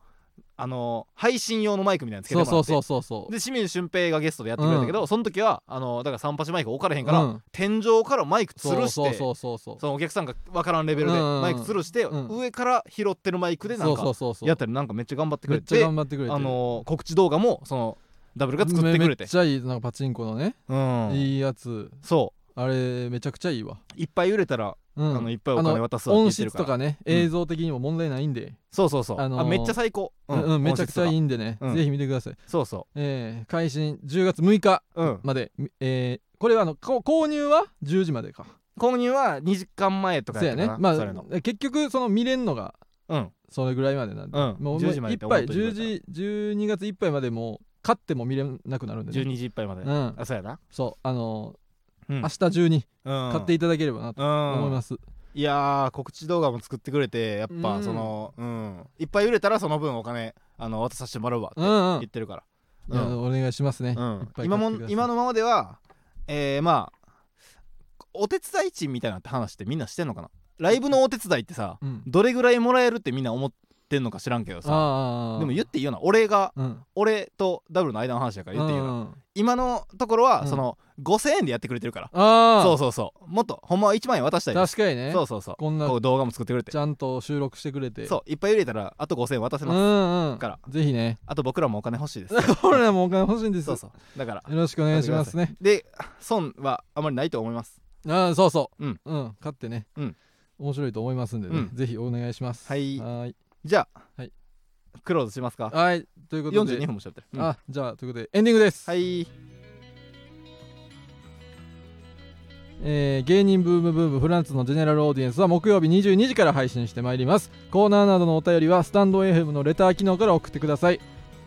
[SPEAKER 1] あの配信用のマイクみたいなのつけても
[SPEAKER 2] そう
[SPEAKER 1] らって
[SPEAKER 2] そうそうそうそう
[SPEAKER 1] で清水俊平がゲストでやってくれたけど、その時はあのだから三八マイク置かれへんから、
[SPEAKER 2] うん
[SPEAKER 1] 天井からマイク
[SPEAKER 2] そ
[SPEAKER 1] 吊るし
[SPEAKER 2] う
[SPEAKER 1] て
[SPEAKER 2] そうそうそうそう
[SPEAKER 1] そのお客さんが分からんレベルで
[SPEAKER 2] うんうんうん
[SPEAKER 1] マイク吊るして、
[SPEAKER 2] うん
[SPEAKER 1] 上から拾ってるマイクでな
[SPEAKER 2] そ
[SPEAKER 1] ん
[SPEAKER 2] うそう
[SPEAKER 1] か
[SPEAKER 2] そうそう
[SPEAKER 1] やったりなんかめっちゃ頑張ってく
[SPEAKER 2] めっ
[SPEAKER 1] れ
[SPEAKER 2] ちゃ
[SPEAKER 1] て
[SPEAKER 2] 頑張ってくれてる
[SPEAKER 1] あのー告知動画もそのダブルが作ってくれ
[SPEAKER 2] めめ
[SPEAKER 1] て
[SPEAKER 2] っちゃいいなんかパチンコのね、
[SPEAKER 1] うん
[SPEAKER 2] いいやつ
[SPEAKER 1] そ
[SPEAKER 2] あれめちゃくちゃいいわ、
[SPEAKER 1] ういっぱい売れたら、
[SPEAKER 2] うん、
[SPEAKER 1] あのいっぱいお金渡すわって言
[SPEAKER 2] 音
[SPEAKER 1] ってる
[SPEAKER 2] 質
[SPEAKER 1] から
[SPEAKER 2] とかね
[SPEAKER 1] うん
[SPEAKER 2] 映像的にも問題ないんで、
[SPEAKER 1] そうそうそう、
[SPEAKER 2] あのー
[SPEAKER 1] あめっちゃ最高、
[SPEAKER 2] うんうんめちゃくちゃい
[SPEAKER 1] 音質とか
[SPEAKER 2] いんでね、
[SPEAKER 1] うん
[SPEAKER 2] ぜひ見てください、
[SPEAKER 1] そうそ
[SPEAKER 2] えー開始10月6日
[SPEAKER 1] ううん
[SPEAKER 2] まで、えーこれはあのこ購入は10時までか
[SPEAKER 1] 購入は2時間前とか
[SPEAKER 2] そう
[SPEAKER 1] やっ
[SPEAKER 2] や
[SPEAKER 1] た
[SPEAKER 2] ね
[SPEAKER 1] かな
[SPEAKER 2] ま
[SPEAKER 1] それの
[SPEAKER 2] あ結局その見れんのが
[SPEAKER 1] うん
[SPEAKER 2] それぐらいまでなんで、
[SPEAKER 1] うん
[SPEAKER 2] もう
[SPEAKER 1] 10時まで
[SPEAKER 2] い
[SPEAKER 1] っ
[SPEAKER 2] ってぱ
[SPEAKER 1] 思っ
[SPEAKER 2] い
[SPEAKER 1] といてく
[SPEAKER 2] 10
[SPEAKER 1] れたら
[SPEAKER 2] 時12月いっぱいまでもう買っても見れなくなるんで、ね、
[SPEAKER 1] 12時いっぱいまで、
[SPEAKER 2] うん
[SPEAKER 1] あそうやな、
[SPEAKER 2] そうあの
[SPEAKER 1] うん
[SPEAKER 2] ー、明日中に
[SPEAKER 1] うん
[SPEAKER 2] 買っていただければなと
[SPEAKER 1] うん、
[SPEAKER 2] 思います、
[SPEAKER 1] いやー告知動画も作ってくれてやっ
[SPEAKER 2] う
[SPEAKER 1] ぱ
[SPEAKER 2] ん
[SPEAKER 1] その、うん、いっぱい売れたらその分お金あの渡させてもらうわって
[SPEAKER 2] うん
[SPEAKER 1] 言
[SPEAKER 2] うん
[SPEAKER 1] ってるから、
[SPEAKER 2] いやお願いしますね、
[SPEAKER 1] うん
[SPEAKER 2] いっぱい買って
[SPEAKER 1] 今も
[SPEAKER 2] ください
[SPEAKER 1] 今のままではえー、まあお手伝い賃みたいなって話ってみんなしてんのかなライブのお手伝いってさ
[SPEAKER 2] うん、
[SPEAKER 1] どれぐらいもらえるってみんな思ってんのか知らんけどさ
[SPEAKER 2] ああ
[SPEAKER 1] でも言っていいよな俺が
[SPEAKER 2] うん
[SPEAKER 1] 俺とダブルの間の話だから言っていいよな
[SPEAKER 2] うん
[SPEAKER 1] 今のところ
[SPEAKER 2] う
[SPEAKER 1] は
[SPEAKER 2] ん
[SPEAKER 1] その5000円でやってくれてるから
[SPEAKER 2] ああ
[SPEAKER 1] そうそうそうもっとほんまは1万円渡したいです
[SPEAKER 2] 確かにね
[SPEAKER 1] そうそうそう
[SPEAKER 2] こんな
[SPEAKER 1] こう動画も作ってくれて
[SPEAKER 2] ちゃんと収録してくれて
[SPEAKER 1] そういっぱい入れたらあと5000円渡せ
[SPEAKER 2] う
[SPEAKER 1] ます
[SPEAKER 2] んうん
[SPEAKER 1] から
[SPEAKER 2] ぜひね
[SPEAKER 1] あと僕らもお金欲しいです
[SPEAKER 2] 俺らもお金欲しいんです
[SPEAKER 1] そうそうだから
[SPEAKER 2] よろしくお願いしますね
[SPEAKER 1] で損はあまりないと思います
[SPEAKER 2] ああそうそう
[SPEAKER 1] うん
[SPEAKER 2] うん勝ってね
[SPEAKER 1] うん
[SPEAKER 2] 面白いと思いますんでね
[SPEAKER 1] うん
[SPEAKER 2] ぜひお願いします
[SPEAKER 1] はい
[SPEAKER 2] はい
[SPEAKER 1] じゃあ、
[SPEAKER 2] はい
[SPEAKER 1] クローズしますか
[SPEAKER 2] はいということで
[SPEAKER 1] 42分もしちゃってる、うん
[SPEAKER 2] あじゃあということでエンディングです
[SPEAKER 1] はい
[SPEAKER 2] えー芸人ブームブームフランスのジェネラルオーディエンスは木曜日22時から配信してまいりますコーナーなどのお便りはスタンド FM のレター機能から送ってください、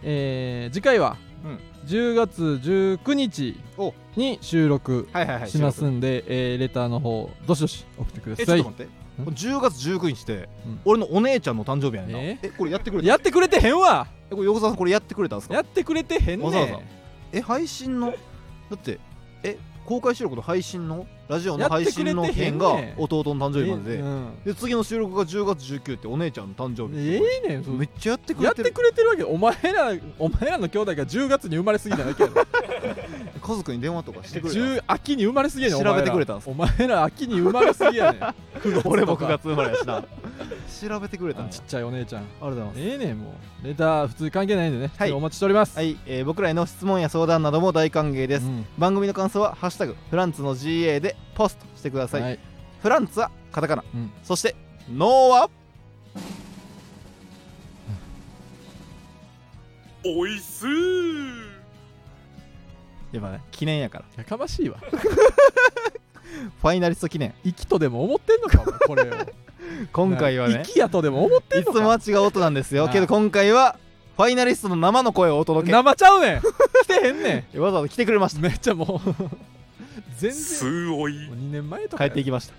[SPEAKER 2] えー次回は
[SPEAKER 1] うん
[SPEAKER 2] 10月19日
[SPEAKER 1] お
[SPEAKER 2] に収録
[SPEAKER 1] はいはいはい
[SPEAKER 2] しますんで、えーレターの方どしどし送ってく
[SPEAKER 1] え
[SPEAKER 2] だ
[SPEAKER 1] ちょ
[SPEAKER 2] さ
[SPEAKER 1] っ
[SPEAKER 2] い
[SPEAKER 1] と待って10月19日って、
[SPEAKER 2] うん
[SPEAKER 1] 俺のお姉ちゃんの誕生日やねんな
[SPEAKER 2] え
[SPEAKER 1] えこれやってくれた
[SPEAKER 2] やってくれてへんわ
[SPEAKER 1] えこれ横澤さんこれやってくれたんですか
[SPEAKER 2] やってくれてへんねん
[SPEAKER 1] わざわざえ配信のだってえ公開収録の配信のラジオの配信の
[SPEAKER 2] やってくれてへん
[SPEAKER 1] 編
[SPEAKER 2] ね
[SPEAKER 1] が弟の誕生日までで、
[SPEAKER 2] うん
[SPEAKER 1] で次の収録が10月19ってお姉ちゃんの誕生日
[SPEAKER 2] ええねんそ
[SPEAKER 1] めっちゃやってく
[SPEAKER 2] や
[SPEAKER 1] れ
[SPEAKER 2] ってて
[SPEAKER 1] る
[SPEAKER 2] くれてるわけお前らお前らの兄弟が10月に生まれすぎただけや ろ
[SPEAKER 1] 家族に電話とかしてくれる
[SPEAKER 2] 10秋に生まれすぎやねん
[SPEAKER 1] 調べてくれたんす
[SPEAKER 2] お前らお前ら秋に生まれすぎやねん
[SPEAKER 1] 俺も9月生まれやしな 調べてくれたんや
[SPEAKER 2] ちっちゃいお姉ちゃん
[SPEAKER 1] ありがとうございます
[SPEAKER 2] ええねんもうレター普通に関係ないんでね、
[SPEAKER 1] はい
[SPEAKER 2] お待ちしております、
[SPEAKER 1] はい、えー僕らへの質問や相談なども大歓迎です、
[SPEAKER 2] うん
[SPEAKER 1] 番組の感想は「ハッシュタグフランツの GA」でポストしてください、
[SPEAKER 2] はい
[SPEAKER 1] フランツはカタカナ、
[SPEAKER 2] うん
[SPEAKER 1] そして「ノーは
[SPEAKER 3] おいすー
[SPEAKER 1] やっぱね記念やから
[SPEAKER 2] やかましいわ
[SPEAKER 1] ファイナリスト記念
[SPEAKER 2] 生きとでも思ってんのかお前これを
[SPEAKER 1] 今回はね
[SPEAKER 2] 生きやとでも思って
[SPEAKER 1] い
[SPEAKER 2] んの
[SPEAKER 1] つも
[SPEAKER 2] か
[SPEAKER 1] は違う音なんですよ
[SPEAKER 2] ああ
[SPEAKER 1] けど今回はファイナリストの生の声をお届けわ
[SPEAKER 2] 生ちゃうねん来てへんね
[SPEAKER 1] ざわざ来てくれまし
[SPEAKER 2] んめっちゃもう全
[SPEAKER 3] す
[SPEAKER 2] 然
[SPEAKER 3] ーおい
[SPEAKER 2] もう2年前と
[SPEAKER 1] た
[SPEAKER 2] か
[SPEAKER 1] 帰
[SPEAKER 2] や
[SPEAKER 1] っていきました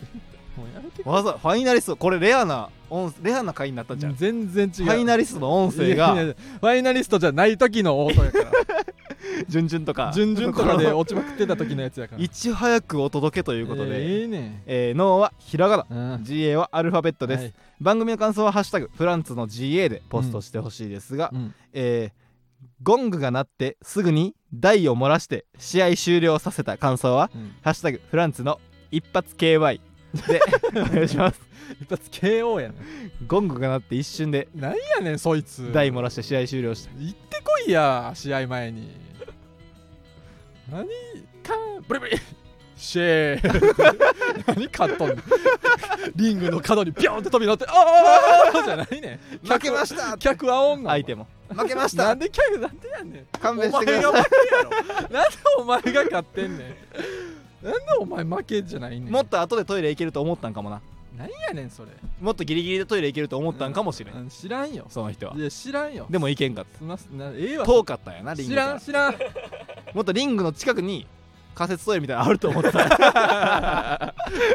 [SPEAKER 2] もうやめてく
[SPEAKER 1] わざファイナリストこれレアな音レアな回になったんじゃんフ
[SPEAKER 2] 全然違う
[SPEAKER 1] ァイナリストの音声
[SPEAKER 2] いや
[SPEAKER 1] が
[SPEAKER 2] いやファイナリストじゃない時の音やから
[SPEAKER 1] 順々とか
[SPEAKER 2] 順々とかで落ちまくってた時のやつやから
[SPEAKER 1] いち早くお届けとい
[SPEAKER 2] と
[SPEAKER 1] うこと
[SPEAKER 2] え
[SPEAKER 1] で、
[SPEAKER 2] えね
[SPEAKER 1] えー、脳はひらがな
[SPEAKER 2] うん
[SPEAKER 1] GA はアルファベットです、
[SPEAKER 2] はい
[SPEAKER 1] 番組の感想は「ハッシュタグフランツの GA」でポストしてほしいですが、
[SPEAKER 2] うん
[SPEAKER 1] えーゴングが鳴ってすぐに台を漏らして試合終了させた感想は
[SPEAKER 2] うん
[SPEAKER 1] 「ハッシュタグフランツの一発 KY」で お願いします
[SPEAKER 2] 一発 KO やね
[SPEAKER 1] ゴングが鳴って一瞬で
[SPEAKER 2] んなんやねんそいつ
[SPEAKER 1] 台漏らして試合終了した
[SPEAKER 2] 行ってこいや試合前に何かンブリブリシェー何カットンリングの角にピョンって飛び乗ってああじゃないね ん
[SPEAKER 4] 負けました
[SPEAKER 2] 客煽んの
[SPEAKER 1] 相手も
[SPEAKER 4] 負けまし
[SPEAKER 2] な
[SPEAKER 4] た
[SPEAKER 2] んで客なんでやねん
[SPEAKER 4] 勘弁
[SPEAKER 2] お
[SPEAKER 4] して
[SPEAKER 2] 前
[SPEAKER 4] くだ
[SPEAKER 2] が
[SPEAKER 4] さ
[SPEAKER 2] 負けやろなんでお前が勝ってんね んなんでお前負けじゃないねん
[SPEAKER 1] もっと後でトイレ行けると思ったんかもな
[SPEAKER 2] 何やねんそれ
[SPEAKER 1] もっとギリギリでトイレ行けると思ったんかもしれん、
[SPEAKER 2] うん知らんよ
[SPEAKER 1] その人はい
[SPEAKER 2] や知らんよ
[SPEAKER 1] でも行けんかっ
[SPEAKER 2] すますなええわ
[SPEAKER 1] た遠かったんやなリング
[SPEAKER 2] 知
[SPEAKER 1] から
[SPEAKER 2] ん知らん
[SPEAKER 1] もっとリングの近くに仮設トイレみたいなのあると思 った
[SPEAKER 2] フ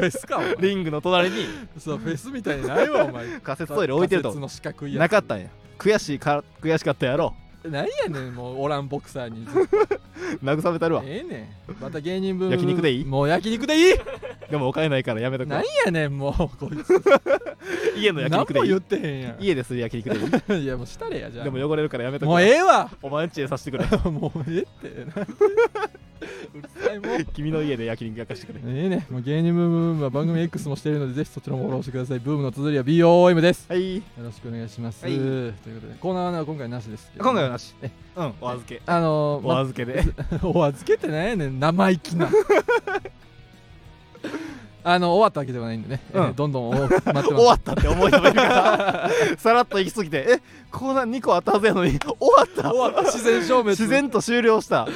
[SPEAKER 2] ェスかお前
[SPEAKER 1] リングの隣に
[SPEAKER 2] そうフェスみたいにないわお前
[SPEAKER 1] 仮設トイレ置いてると
[SPEAKER 2] 仮設の四角いや
[SPEAKER 1] なかったんや悔しいか悔しかったやろ
[SPEAKER 2] つなんやねんもうオランボクサーにずっと
[SPEAKER 1] 慰めたるわ
[SPEAKER 2] ええねんまた芸人分
[SPEAKER 1] 焼肉でいい
[SPEAKER 2] もう焼肉でいい
[SPEAKER 1] でもお金ないからやめとく
[SPEAKER 2] な
[SPEAKER 1] わ
[SPEAKER 2] んやねん もうこいつ
[SPEAKER 1] 家の焼
[SPEAKER 2] 何
[SPEAKER 1] 肉で
[SPEAKER 2] も
[SPEAKER 1] い
[SPEAKER 2] 言
[SPEAKER 1] い
[SPEAKER 2] ってへんやん
[SPEAKER 1] 家でする焼肉でいい
[SPEAKER 2] いやもうしたれやじゃあ
[SPEAKER 1] でも汚れるからやめとく
[SPEAKER 2] もう
[SPEAKER 1] わ
[SPEAKER 2] ええわ
[SPEAKER 1] お前んちでさせてく れ
[SPEAKER 2] もうええってなんでうるさいもう
[SPEAKER 1] 君の家で焼肉焼かしてくれ
[SPEAKER 2] ええねもう芸人ブームブームは番組 X もしているのでぜひそちらもフォローしてくださいブームの綴りは BOOM です
[SPEAKER 1] はい
[SPEAKER 2] よろしくお願いします、
[SPEAKER 1] はい
[SPEAKER 2] ということでコーナーは今回なしですけど
[SPEAKER 1] 今回はなし
[SPEAKER 2] え
[SPEAKER 1] うんお預け
[SPEAKER 2] あのー
[SPEAKER 1] お預けで
[SPEAKER 2] お預けってなんやねん生意気 なあの終わったわけではないんでね、
[SPEAKER 1] うん
[SPEAKER 2] えーどんどん多く待って ます
[SPEAKER 1] 終わったって思い出ばいるから さらっと行き過ぎてえコーナー2個あったはずやのに終わった
[SPEAKER 2] 終わった自然消滅
[SPEAKER 1] 自然と終了した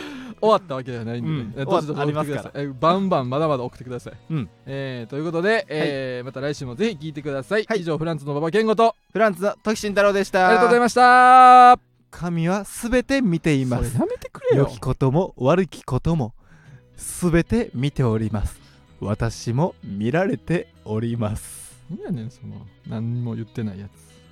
[SPEAKER 2] 終わったわけではないんでね、
[SPEAKER 1] うん
[SPEAKER 2] えーどしどし
[SPEAKER 1] 終わった
[SPEAKER 2] 送ってくだ
[SPEAKER 1] あります
[SPEAKER 2] さ
[SPEAKER 1] か
[SPEAKER 2] い、えーバンバンまだまだ送ってください、
[SPEAKER 1] うん
[SPEAKER 2] えーということで、えーまた来週もぜひ聞いてください、以上フランスの馬場健吾と
[SPEAKER 1] フランスの時慎太郎でした
[SPEAKER 2] ありがとうございました
[SPEAKER 1] 神はすべて見ていま
[SPEAKER 2] そ
[SPEAKER 1] す
[SPEAKER 2] れやめてくれ
[SPEAKER 1] 良
[SPEAKER 2] よ
[SPEAKER 1] きことも悪きこともすべて見ております私も見られております
[SPEAKER 2] 何やねんその何も言ってないやつ